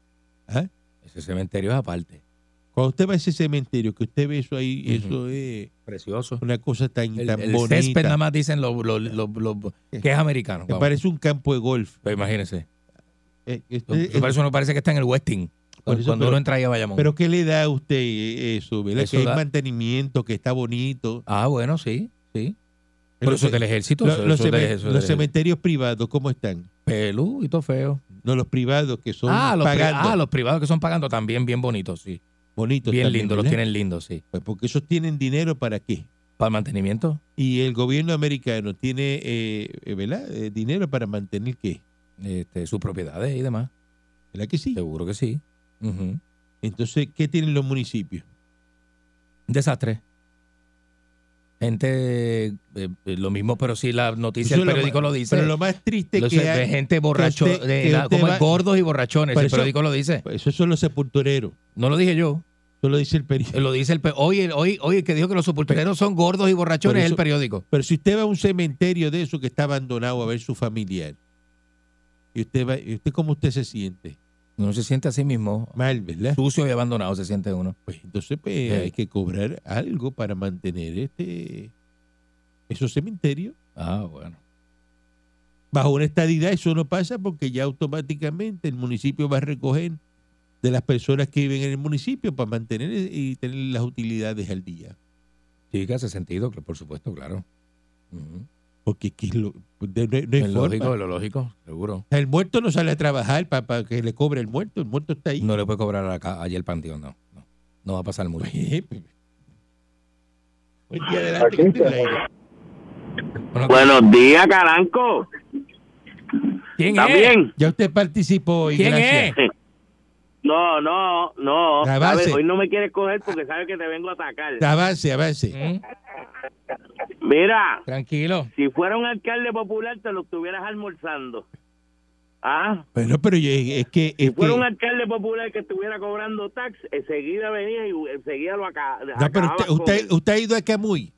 C: ¿ah?
D: Ese cementerio es aparte.
C: Cuando usted va a ese cementerio, que usted ve eso ahí,
D: Ujú.
C: eso es
D: Precioso.
C: una cosa tan,
D: El,
C: tan
D: el
C: bonita.
D: césped nada más dicen los los- los- los- que es americano.
C: Me
D: vamos.
C: parece un campo de golf.
D: Pero imagínense.
C: Eh,
D: Eso-
C: usted-
D: eso parece, uno parece que está en el Westin.
C: Por eso,
D: cuando
C: pero-
D: uno entra ahí a Bayamón.
C: pero ¿qué le da a usted eso? ¿verdad?
D: Eso
C: que
D: da-
C: hay mantenimiento, que está bonito.
D: ah, bueno, sí, sí. Pero
C: Entonces,
D: eso es del ejército.
C: lo-
D: eso-
C: los
D: eso es del-
C: cemen-
D: eso
C: los
D: es del-
C: cementerios privados, ¿cómo están?
D: Pelú y todo feo.
C: No, los privados que son
D: Ah los, pri-
C: pagando.
D: ah, los privados que son pagando también bien bonitos, sí.
C: bonitos
D: Bien
C: también,
D: lindos, los
C: ¿verdad?
D: tienen lindos, sí.
C: Pues Porque esos tienen dinero para qué.
D: Para el mantenimiento,
C: Y el gobierno americano tiene, eh, eh, ¿verdad? Eh, dinero para mantener qué.
D: este, sus propiedades y demás.
C: ¿Verdad que sí?
D: Seguro que sí. Ujú.
C: Entonces, ¿qué tienen los municipios?
D: Desastre. Gente, eh, eh, lo mismo, pero sí la
C: Eso
D: noticia, el
C: es lo
D: periódico
C: más-
D: lo dice.
C: Pero lo más triste
D: Lo
C: que
D: sé, de
C: hay,
D: gente borracho,
C: usted-
D: de-
C: que
D: la-
C: usted
D: como
C: va-
D: es gordos y borrachones.
C: Por
D: El
C: eso-
D: periódico lo dice.
C: esos son los sepultureros.
D: No lo dije yo. eh,
C: Eso lo dice el periódico.
D: Lo dice el pe- hoy, el- hoy, hoy el que dijo que los sepultureros son gordos y borrachones
C: Por
D: es
C: eso-
D: el periódico.
C: Pero si usted va a un cementerio de eso que está abandonado a ver su familiar, y usted va, y usted cómo usted se siente,
D: Uno se siente así mismo,
C: mal, ¿verdad?
D: sucio y abandonado se siente uno.
C: Pues entonces pues, hay que cobrar algo para mantener este esos cementerios.
D: Ah, bueno.
C: Bajo una estadidad eso no pasa porque ya automáticamente el municipio va a recoger de las personas que viven en el municipio para mantener y tener las utilidades al día.
D: Sí, que hace sentido, que por supuesto, claro. Ujú.
C: Porque es que lo- de- no, hay- no hay
D: Es
C: forma.
D: lógico, es lo lógico, seguro.
C: El muerto no sale a trabajar para que le cobre el muerto. El muerto está ahí.
D: No le puede cobrar acá, allí el panteón, no, no. No va a pasar mucho.
C: Buen día, adelante, que esté en el aire.
D: Bueno,
G: Buenos días, Caranco.
D: ¿Quién
G: ¿Está
D: es?
G: bien?
C: Ya usted participó hoy.
D: ¿Quién
C: gracias.
G: No, no, no.
C: La
G: ¿Sabes?
C: base.
G: Hoy no me quieres coger porque sabes que te vengo a atacar.
C: Avance, avance.
D: Mm,
G: Mira,
D: Tranquilo.
G: si fuera un alcalde popular te lo estuvieras almorzando. ¿Ah?
C: Bueno, pero yo- es que... es que-
G: Fuera un alcalde popular que estuviera cobrando tax, enseguida venía y enseguida lo acá.
C: no, pero usted, usted, usted ha ido a Camuy.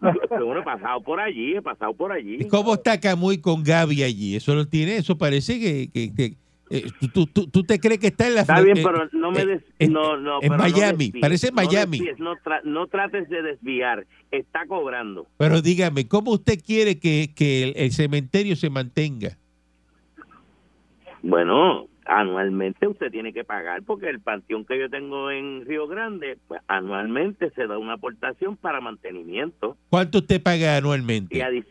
G: Bueno, he pasado por allí, he pasado por allí.
C: ¿Y ¿Cómo está Camuy con Gaby allí? Eso lo tiene, eso parece que... que- que- eh, tú, tú- tú te crees que está en la...
G: Está bien,
C: eh,
G: pero no me
C: eh,
G: des-
C: en-
G: no, no,
C: en
G: pero no
C: Miami,
G: desvíes,
C: parece
G: no
C: Miami.
G: desvíes, no tra- no trates de desviar, está cobrando.
C: Pero dígame, ¿cómo usted quiere que, que el- el cementerio se mantenga?
G: Bueno, anualmente usted tiene que pagar porque el panteón que yo tengo en Río Grande, pues anualmente se da una aportación para mantenimiento
C: ¿Cuánto usted paga anualmente?
G: y a dis-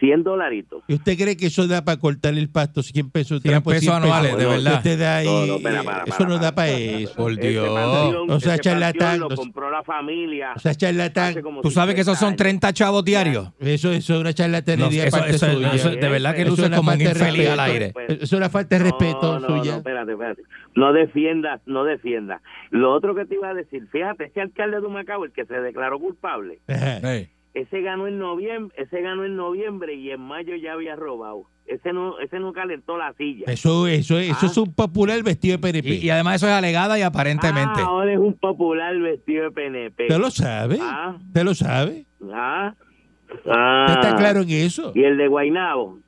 G: 100 dolaritos.
C: ¿Y usted cree que eso da para cortar el pasto 100 pesos?
D: 100
C: trampo,
D: pesos anuales,
G: de
C: Eso
D: verdad.
C: te da ahí,
G: No, no, espera, para,
C: eh, eso
G: para,
C: no da
G: para.
C: para eso.
D: Por
G: Ese
D: Dios.
G: panteón-
C: No sea
G: ese panteón
C: charlatán,
G: Lo
C: no-
G: compró la familia.
C: O sea, charlatán.
G: hace como
D: Tú sabes que esos son
G: 50
D: 30
G: años.
D: chavos diarios.
C: Eso, eso es una
D: No,
C: charlatanería de
D: eso-
C: parte
D: eso-
C: suya.
D: eso- de verdad que
G: Eso
D: luce
C: es
D: como un
C: falta de
D: infeliz al
C: respeto.
D: aire.
C: Eso es una falta de este respeto
G: no, no,
C: suya.
G: No, espérate, espérate. No defiendas, no defiendas. Lo otro que te iba a decir, fíjate, ese alcalde de Humacao, el que se declaró culpable,
C: Ajá.
D: Ey.
G: ese ganó en noviembre, ese ganó en noviembre y en mayo ya había robado. Ese no, ese no calentó la silla.
C: Eso, eso, eso
G: Ah.
C: es un popular vestido de PNP.
D: Y, y además eso es alegada y aparentemente.
G: Ah, ahora es un popular vestido de PNP.
C: ¿Te lo sabe?
G: Ah.
C: ¿Te lo sabe?
G: Ah, ah.
C: ¿Usted está claro en eso?
G: Y el de Guainabo.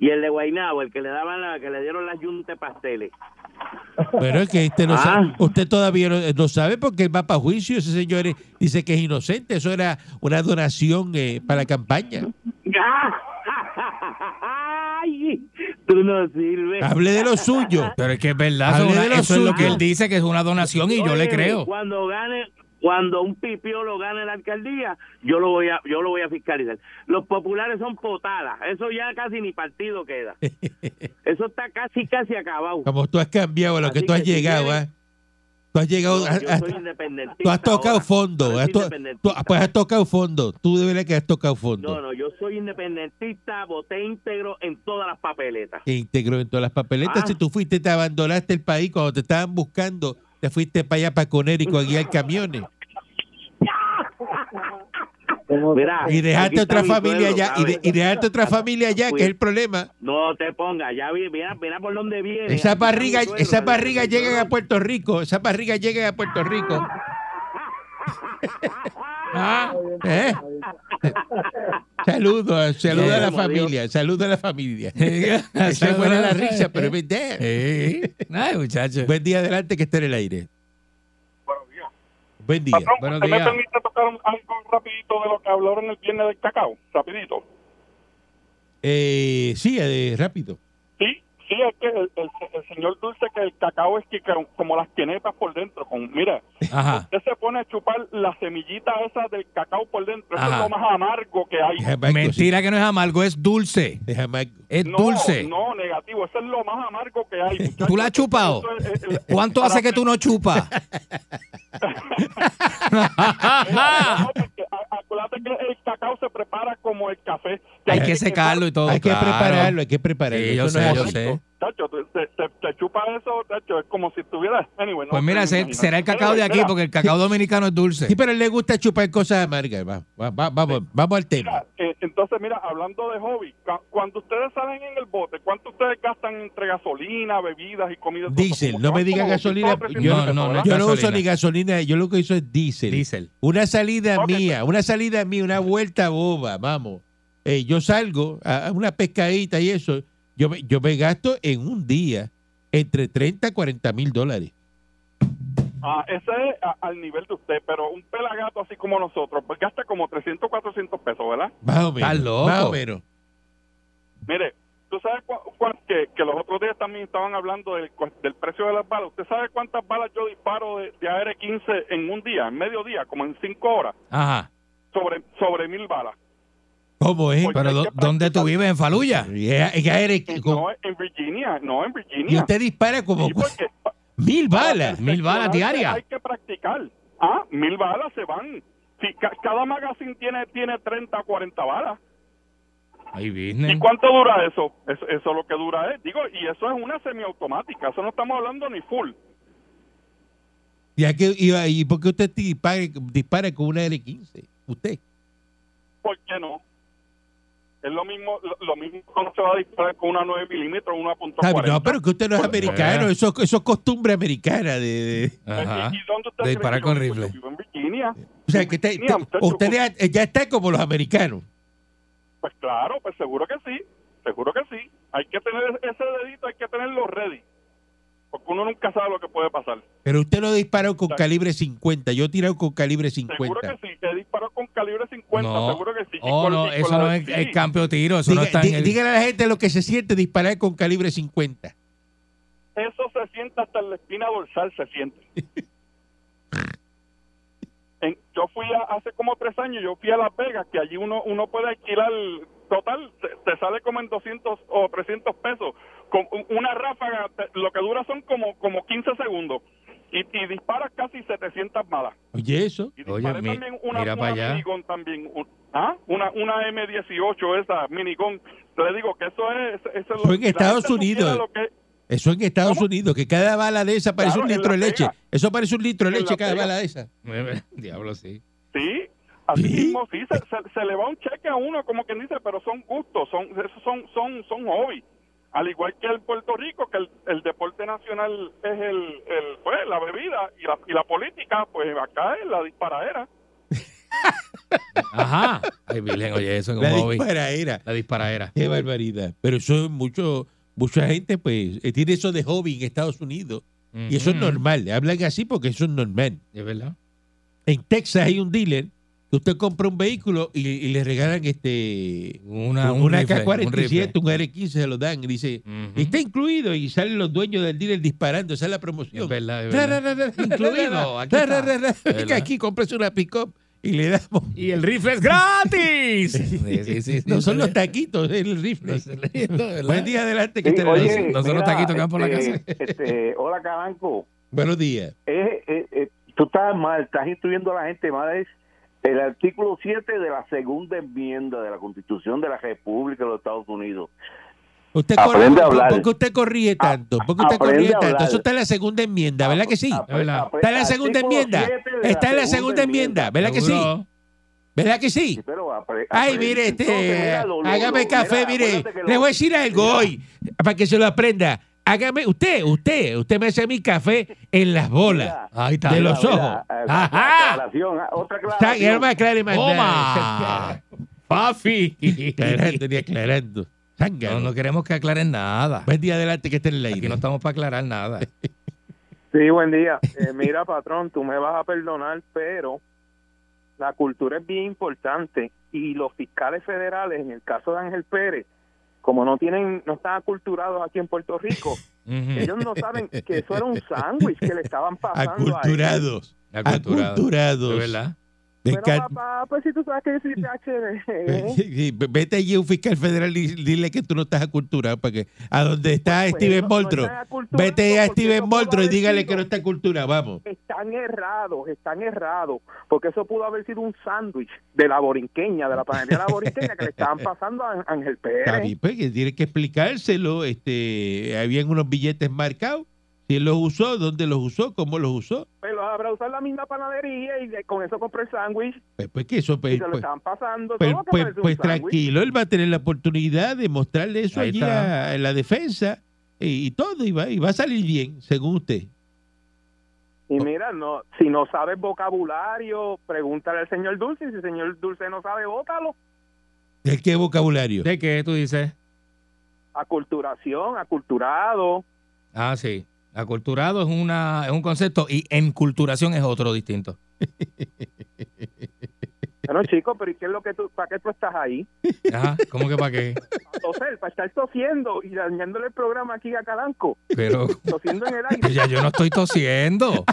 G: Y el de Guainabo, el que le daban la, que le dieron las yunta de pasteles.
C: Bueno, es que usted, no
G: Ah.
C: sabe, usted todavía no, no sabe porque él va para juicio. Ese señor es- dice que es inocente. Eso era una donación eh, para la campaña.
G: ¡Ah! ¡Ay! Tú no sirves.
C: Hable de lo suyo.
D: Pero es que es verdad, eso,
C: Hable
D: es una-
C: de lo
D: eso es lo que
C: suyo.
D: él dice, que es una donación y yo le
G: Óyeme,
D: creo.
G: Cuando gane, cuando un pipio lo gane la alcaldía, yo lo voy a, yo lo voy a fiscalizar. Los populares son potadas. Eso ya casi ni partido queda. Eso está casi, casi acabado.
C: Como tú has cambiado, a lo que
G: Así
C: tú has
G: que si
C: llegado,
G: quieres-
C: ¿ah? Tú has
G: Yo,
C: llegado. a-
G: yo
C: a-
G: soy independentista.
C: eh, tú has tocado
G: ahora.
C: fondo.
G: Ahora
C: has
G: soy
C: to- tú-
G: independentista.
C: pues has tocado fondo. Tú de verdad que has tocado
G: No,
C: fondo.
G: no, yo soy independentista, voté íntegro en todas las papeletas.
C: Te integró en todas las papeletas.
G: Ah.
C: Si tú fuiste, te abandonaste el país cuando te estaban buscando. Te fuiste para allá, para Conérico, a guiar camiones.
G: Mira,
C: Y
G: aquí
C: dejaste
G: está
C: otra
G: mi
C: familia
G: pueblo,
C: allá. Y, de-
G: ¿sabes?
C: y dejaste otra familia allá, que es el problema.
G: No te pongas, ya vi- mira, mira por dónde viene.
C: Esas
G: Aquí está mi
C: barrigas
G: suegro,
C: esas
G: ¿sabes?
C: barrigas llegan a Puerto Rico. Esas barrigas llegan a Puerto Rico.
D: Ah,
C: ¿Eh? Saludos, saludos a la
G: Como Dios.
C: familia, saludos a la familia. Se muere la risa, pero es verdad.
D: Sí. Ay, muchacho.
C: Buen día, adelante, que esté en el aire.
H: Buenos días.
C: Buen día.
H: Patrón,
D: buenos
H: ¿usted me
D: días.
H: permite tocar un- algo rapidito de lo que hablaron el viernes del cacao? Rapidito.
C: Eh, sí, eh, rápido.
H: Sí, sí, es que el, el- el señor Dulce que el cacao es que ca- como las quenepas por dentro. Con, mira,
D: Ajá.
H: usted se pone a chupar la semillita esa del cacao por dentro. Eso
D: Ajá. Eh,
H: es lo más amargo que hay.
C: Es amargo,
D: Mentira que no es amargo, es dulce.
C: sí, es amargo.
D: Es
H: No,
D: dulce.
H: no, negativo. Eso es lo más amargo que hay. muchachos.
D: ¿Tú la has chupado? Eh,
H: Eso es- es-
D: ¿Cuánto
H: eh, para-
D: hace que tú no chupas?
H: No, porque a- Acuérdate que el cacao se prepara como el café.
D: Hay que secarlo y todo.
C: hay que
D: claro.
C: prepararlo, hay que prepararlo.
D: Sí, yo
C: Eso no es
D: sé, yo
C: así.
D: sé.
H: Tacho, te, te- te- te chupa eso, tacho, es como si estuvieras. Anyway, no
D: Pues
H: sé,
D: mira,
H: me
D: ese-
H: imagino.
D: será el cacao de
H: Anyway,
D: aquí,
H: mira,
D: porque el cacao dominicano es dulce.
C: Sí, pero a él le gusta chupar cosas amargas. Va, va- va- vamos, vamos al tema.
H: eh, entonces, mira, hablando de hobby, ca- cuando ustedes salen en el bote, ¿cuánto ustedes gastan entre gasolina, bebidas y comida? Todo eso?
C: Diésel,
H: Como
C: no
H: que
C: me
H: van
C: diga
H: como
C: gasolina. Yo
H: 200 pesos,
C: no,
D: no,
H: ¿verdad?
D: es
C: yo no uso
D: gasolina.
C: ni gasolina, yo lo que uso es diésel.
D: Diésel.
C: Una salida
H: Ok. pues.
C: mía, una salida mía, una vuelta boba, vamos. Eh, yo salgo a a una pescadita y eso, yo me, yo me gasto en un día entre 30 a 40 mil dólares.
H: Ah, ese es a- al nivel de usted, pero un pelagato así como nosotros, pues gasta como 300, 400 pesos, ¿verdad?
C: Más o menos.
D: Estás loco.
C: Más o menos.
H: Mire, tú sabes cua- cua- que, que los otros días también estaban hablando del, cu- del precio de las balas. ¿Usted sabe cuántas balas yo disparo de, de AR-15 en un día, en medio día, como en cinco horas?
D: Ajá.
H: Sobre, sobre mil balas.
C: ¿Cómo es?
H: Porque
D: Pero
H: hay
D: ¿dó-
H: que
D: ¿dónde tú
H: practicar.
D: vives? ¿En Faluya?
C: Y es- es que eres-
H: No, en Virginia, no, en
C: y
H: Virginia.
C: usted dispara como
H: Sí, porque pa-
C: mil balas.
H: para
D: mil balas
H: perfeccionarse
D: diarias.
H: Hay que practicar. Ah, mil balas se van. Si ca- cada magazine tiene, tiene 30, 40 balas.
D: Ay,
H: ¿Y
D: business.
H: cuánto dura eso? eso? Eso lo que dura es, digo, y eso es una semiautomática, eso no estamos hablando ni full.
C: Ya que, y, ¿Y por qué usted dispara, dispara con una R15? Usted.
H: ¿Por qué no? Es lo mismo, lo, lo mismo cuando se va a disparar con una 9 milímetros o una punto
C: Está bien, Ah, No, pero que usted no es
H: Por-
C: americano, eso, eso es costumbre americana. De, de-
D: Ajá.
H: ¿Y, y dónde usted
D: De
H: cree
D: disparar
H: que
D: con
H: yo vivo? Yo
D: rifle.
H: vivo en Virginia.
C: o sea, que usted,
H: Mira,
C: usted-
H: muchacho,
C: usted ya- ya está como los americanos.
H: Pues claro, pues seguro que sí, seguro que sí. Hay que tener ese dedito, hay que tenerlo ready. Porque uno nunca sabe lo que puede pasar.
C: Pero usted lo disparó con
H: Está-
C: calibre 50, yo he tirado con calibre
H: Seguro
C: 50.
H: que sí, he disparado con calibre 50,
D: No.
H: seguro que sí. Y
D: Oh,
H: con-
D: no,
H: y con
D: eso
H: la-
D: no es,
H: sí.
D: es cambio de tiro, eso
C: Diga-
D: no está
C: di-
D: en el...
C: Dígale a la gente lo que se siente disparar con calibre 50.
H: Eso se siente hasta en la espina dorsal, se siente. En- yo fui a- hace como tres años, yo fui a Las Vegas, que allí uno uno puede alquilar total te, te sale como en 200 o 300 pesos. Con u- una ráfaga, te- lo que dura son como, como 15 segundos. Y, y disparas casi 700 balas.
C: Oye, eso.
H: Y
D: Oye,
H: disparé
D: mi-
H: también una,
D: mira
H: una
D: pa' allá.
H: minigun también. un- ¿ah? Una, una M18, esa minigun. Le digo que eso es... Eso es
C: Fue en
H: la gente
C: Estados
H: supiera
C: Unidos.
H: lo que-
C: Eso en Estados
H: ¿Cómo?
C: Unidos, que cada bala de esa parece
H: Claro,
C: un
H: en
C: litro de
H: la
C: leche.
H: pega.
C: Eso parece un litro de
H: En
C: leche
H: la
C: cada
H: pega.
C: bala de esa.
D: Diablo, sí.
H: Sí, así
C: ¿Sí?
H: mismo sí, se, se- se le va un cheque a uno, como quien dice, pero son gustos, son esos son son son hobbies. Al igual que el Puerto Rico, que el, el deporte nacional es el, el pues, la bebida y la, y la política, pues acá es la disparadera.
D: Ajá. Ay, Virgen, oye, eso es un
C: La
D: hobby.
C: dispara era.
D: La disparadera.
C: Qué barbaridad. Pero eso es mucho, mucha gente, pues, eh, tiene eso de hobby en Estados Unidos. Y eso es
D: Ujú.
C: normal. Hablan así porque eso es normal.
D: Es verdad.
C: En Texas hay un dealer que usted compra un vehículo y, y le regalan este
D: Una, Ah, un
C: una
D: rifle, un
C: K-47,
D: rifle.
C: un, R15, se lo dan y dice,
D: Ujú.
C: está incluido y salen los dueños del dealer disparando, esa es la promoción.
D: Es verdad, es
C: Ra,
D: verdad.
C: ra, ra, ra, ra,
D: Incluido, aquí
C: ra, ra,
D: está.
C: ra, ra.
D: Es
C: Venga
D: verdad.
C: aquí, compres una pick-up y le damos.
D: Y el rifle es gratis. Sí, sí, sí, sí.
C: No son los
D: No
C: taquitos, es el rifle.
D: se le- no, Pues, ¿verdad?
C: Buen día adelante que
G: Sí,
C: te la
G: oye,
C: dicen.
D: no son los
G: mira,
D: taquitos que van por la
G: este,
D: casa.
G: este, hola, Cabanco.
C: Buenos días.
G: Eh, eh, eh, tú estás mal, estás instruyendo a la gente mal. Es el artículo 7 de la segunda enmienda de la Constitución de la República de los Estados Unidos.
C: Usted
G: Aprende
C: corre,
G: a hablar.
C: ¿Por qué usted corríe tanto? ¿Por qué usted
G: Aprende
C: corríe
G: a
C: tanto?
G: hablar.
C: Eso está en la segunda enmienda, ¿verdad que sí?
G: Apre-
D: verdad.
G: apre-
C: Está en la segunda
G: artículo
C: enmienda.
G: 7 de
C: Está en la segunda enmienda, ¿verdad que sí?
D: Seguro.
C: ¿Verdad que sí?
G: Pero apre-
C: Ay,
G: apre-
C: mire,
G: entonces,
C: este,
G: mira, lo- lo-
C: hágame
G: lo-
C: café,
G: mira,
C: mire.
G: acuérdate que
C: Le
G: lo-
C: voy a decir algo
G: Mira,
C: hoy, para que se lo aprenda. Hágame, usted, usted, usted me hace mi café en las bolas.
G: Mira,
D: Ahí está.
C: De
G: mira,
C: los
G: mira,
C: ojos.
G: eh,
C: Ajá.
G: aclaración, ah, Otra
C: Está,
G: aclaración.
C: ya no me aclare más nada.
D: ¡Toma! ¡Pafi!
C: Aclarando ni aclarando.
D: No,
C: Zángano.
D: no queremos que aclaren nada.
C: Buen día adelante que esté en el
D: Aquí
C: aire.
D: no estamos para aclarar nada.
I: Sí, buen día. Eh, mira, patrón, tú me vas a perdonar, pero la cultura es bien importante y los fiscales federales, en el caso de Ángel Pérez, como no tienen, no están aculturados aquí en Puerto Rico,
D: Ujú.
I: ellos no saben que eso era un sándwich que le estaban pasando a él.
C: Aculturados.
D: Aculturado.
C: Aculturados.
D: De verdad.
C: Me
I: Pero
C: encanta. Pues,
I: papá, pues si tú sabes que yo soy
G: ¿eh?
I: PHD.
C: Sí, sí, Vete allí a un fiscal federal y dile que tú no estás aculturado para que a donde está
I: Pues,
C: Steven
I: no- no
C: Moltro.
I: están aculturados
C: Vete a
I: porque eso
C: Steven
I: pudo
C: Moltro y
I: haber
C: dígale
I: sido-
C: que no está aculturado, vamos.
I: Están errados, están errados, porque eso pudo haber sido un sándwich de la borinqueña, de la panadería de la borinqueña que le estaban pasando a Ángel
C: Está
I: Pérez.
C: bien, pues, que tiene que explicárselo, este, habían unos billetes marcados, si los usó, dónde los usó, cómo los usó.
I: Pues los habrá usado en la misma panadería y de- con eso compré el sándwich
C: Pues, pues, que eso,
I: y
C: pues,
I: se lo
C: pues,
I: estaban pasando.
C: pues,
I: ¿Cómo que
C: pues,
I: parece un
C: pues,
I: sándwich?
C: tranquilo, él va a tener la oportunidad de mostrarle eso
D: Ahí
C: allí
D: está.
C: a, a la defensa y, y todo, y va, y va a salir bien, según usted.
I: Y mira, no, si no sabes vocabulario, pregúntale al señor Dulce. y Si el señor Dulce no sabe, bótalo.
C: ¿De qué vocabulario?
D: ¿De qué tú dices?
I: Aculturación, aculturado.
D: Ah, sí. Aculturado es, una, es un concepto y enculturación es otro distinto.
I: Bueno, chico, pero ¿y qué es lo que tú, para qué tú estás ahí?
D: Ajá. ¿Cómo que para qué?
I: A toser, para estar tosiendo y dañándole el programa aquí a Calanco,
D: Pero
I: tosiendo en el
D: pues
I: aire.
D: ya yo no estoy tosiendo.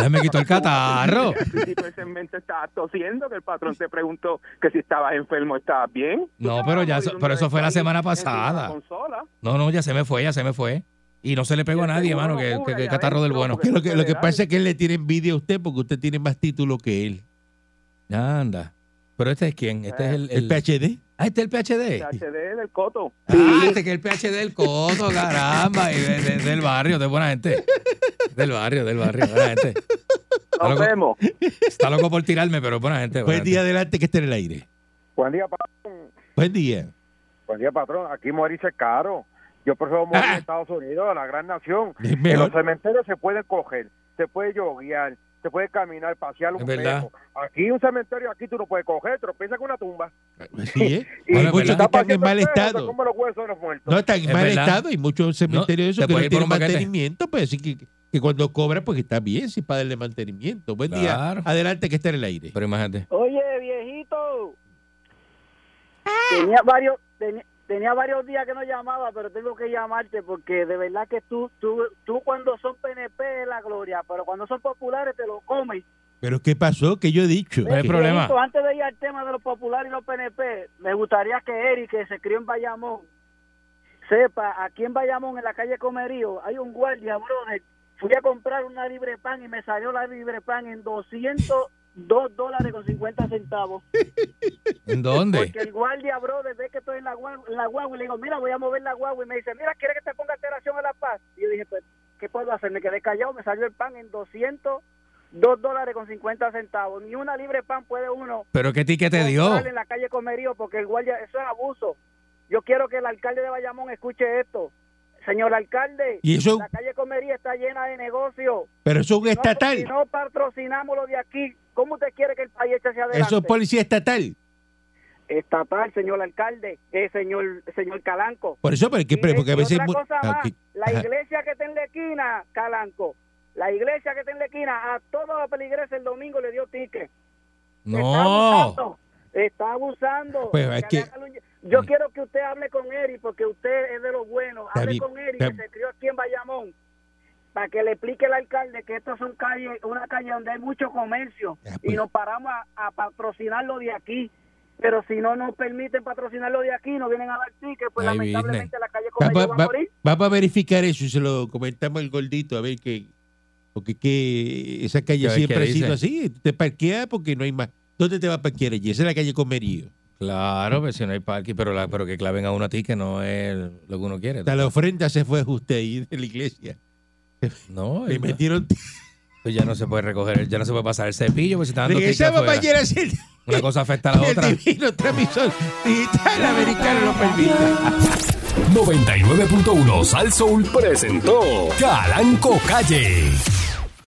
D: Ya me quitó el catarro.
I: Al principio del segmento estabas tosiendo, que el patrón te preguntó que si estabas enfermo, estabas bien.
D: No, pero ya, eso- pero eso fue la semana
I: En
D: pasada.
I: la consola.
D: No, no, ya se me fue, ya se me fue. Y no se le pegó a nadie, hermano, que, que- que catarro del bueno.
C: Que lo, que, lo que
I: Federal.
C: pasa es que él le tiene envidia a usted porque usted tiene más título que él.
D: Anda. Pero este es quién? Este es el,
C: El,
D: el-
C: PhD.
D: Ah, este es el PhD.
I: HD del Coto.
D: Ah, este que es el PH del coso, caramba, y de- de- del barrio, de buena gente. Del barrio, del barrio, buena gente. Está
I: Nos
D: loco,
I: vemos.
D: está loco por tirarme, pero buena gente. buena
C: Buen día adelante que esté en el aire.
I: Buen día, patrón.
C: Buen día.
I: Buen día, patrón. Aquí morirse es caro. Yo prefiero morir en Estados Unidos, la gran nación.
C: Es
I: En los
C: mejor.
I: cementerios se pueden coger, se puede yoguear, se puede caminar, pasear un
D: Es verdad.
I: perro. Aquí un cementerio, aquí tú no puedes coger, tropieza con una tumba.
C: Sí, ¿eh?
I: Y
D: Bueno,
C: muchos
D: es verdad.
C: que están
I: paseando
C: en mal
I: el perro, te
C: estado.
I: come los huesos de los muertos.
C: No están en
D: Es
C: mal
D: verdad.
C: estado y muchos cementerios de
D: te
C: esos que
D: puede
C: no
D: ir por
C: tienen
D: un paquete.
C: mantenimiento, pues así que, que cuando cobra, pues está bien si para darle mantenimiento. Buen
D: Claro.
C: día. Adelante que esté en el aire.
D: Pero imagínate.
J: Oye, viejito. Tenía varios teni- tenía varios días que no llamaba, pero tengo que llamarte porque de verdad que tú tú, tú cuando son PNP es la gloria, pero cuando son populares te lo comes.
C: Pero ¿qué pasó? ¿Qué yo he dicho?
D: ¿Cuál es el
C: Que-
D: problema?
G: Benito, Antes de ir al tema de los populares y los PNP, me gustaría que Eric, que se crió en Bayamón, sepa, aquí en Bayamón, en la calle Comerío, hay un guardia, brother. Fui a comprar una libre pan y me salió la libre pan en 202 dólares con 50 centavos.
D: ¿En dónde?
G: Porque el guardia, brother, ve que estoy en la, guagua, en la guagua y le digo, mira, voy a mover la guagua. Y me dice, mira, ¿quiere que te ponga alteración a la paz? Y yo dije, pues, ¿qué puedo hacer? Me quedé callado, me salió el pan en 202 dólares con 50 centavos. Ni una libre pan puede uno
D: ¿Pero qué tiquete dio?
G: comprar en la calle Comerío porque el guardia, eso es abuso. Yo quiero que el alcalde de Bayamón escuche esto. Señor alcalde,
C: Y eso-
G: la calle Comerío está llena de negocios.
C: Pero eso es un
G: Si no-
C: estatal.
G: Si no patrocinamos lo de aquí, ¿cómo usted quiere que el país eche hacia adelante?
C: Eso es policía estatal.
G: estatal, señor alcalde, eh, señor señor Calanco.
C: Por eso, pero es que,
G: Y
C: porque a veces...
G: otra
C: mu-
G: cosa
C: Ah,
G: más,
C: ok.
G: la
C: Ajá.
G: iglesia que está en la esquina, Calanco, la iglesia que está en la esquina, a todos los peligreses el domingo le dio ticket. Está
D: No.
G: abusando. Está abusando.
C: Pues, es
G: le
C: que- Mm.
G: hagan un- Yo quiero que usted hable con Eri, porque usted es de los buenos.
C: Está
G: Hable
C: bien,
G: con Eri,
C: está-
G: que se crió aquí en Bayamón, para que le explique al alcalde que esto es un calle, una calle donde hay mucho comercio
C: Ya,
G: y
C: pues.
G: nos paramos a, a patrocinarlo de aquí. Pero si no nos permiten patrocinarlo de aquí, nos vienen a dar tickets, pues
D: Ahí
G: lamentablemente
D: viene.
G: la calle
C: Va-
G: Comerío
C: va-
G: va,
C: va-
G: a morir.
C: vamos a verificar eso y se lo comentamos al gordito, a ver qué. Porque que esa
D: A
C: calle
D: ver qué
C: siempre ha sido
D: dice.
C: así. Te parqueas porque no hay más. ¿Dónde te vas a parquear allí? Esa es la calle Comerío.
D: Claro, pero si no hay parking, pero, la, pero que claven a uno a ti que no es lo que uno quiere.
C: Hasta la ofrenda se fue justo ahí de la iglesia.
D: No,
C: Le
D: es-
C: metieron.
D: pues ya no se puede recoger, ya no se puede pasar el cepillo, pues si está dando ticket
C: Regresamos
D: afuera.
C: mañana si el,
D: Una cosa afecta a la
C: el
D: otra.
C: divino transmisor digital americano lo permita.
A: 99.1 Sal Soul presentó Calanco Calle.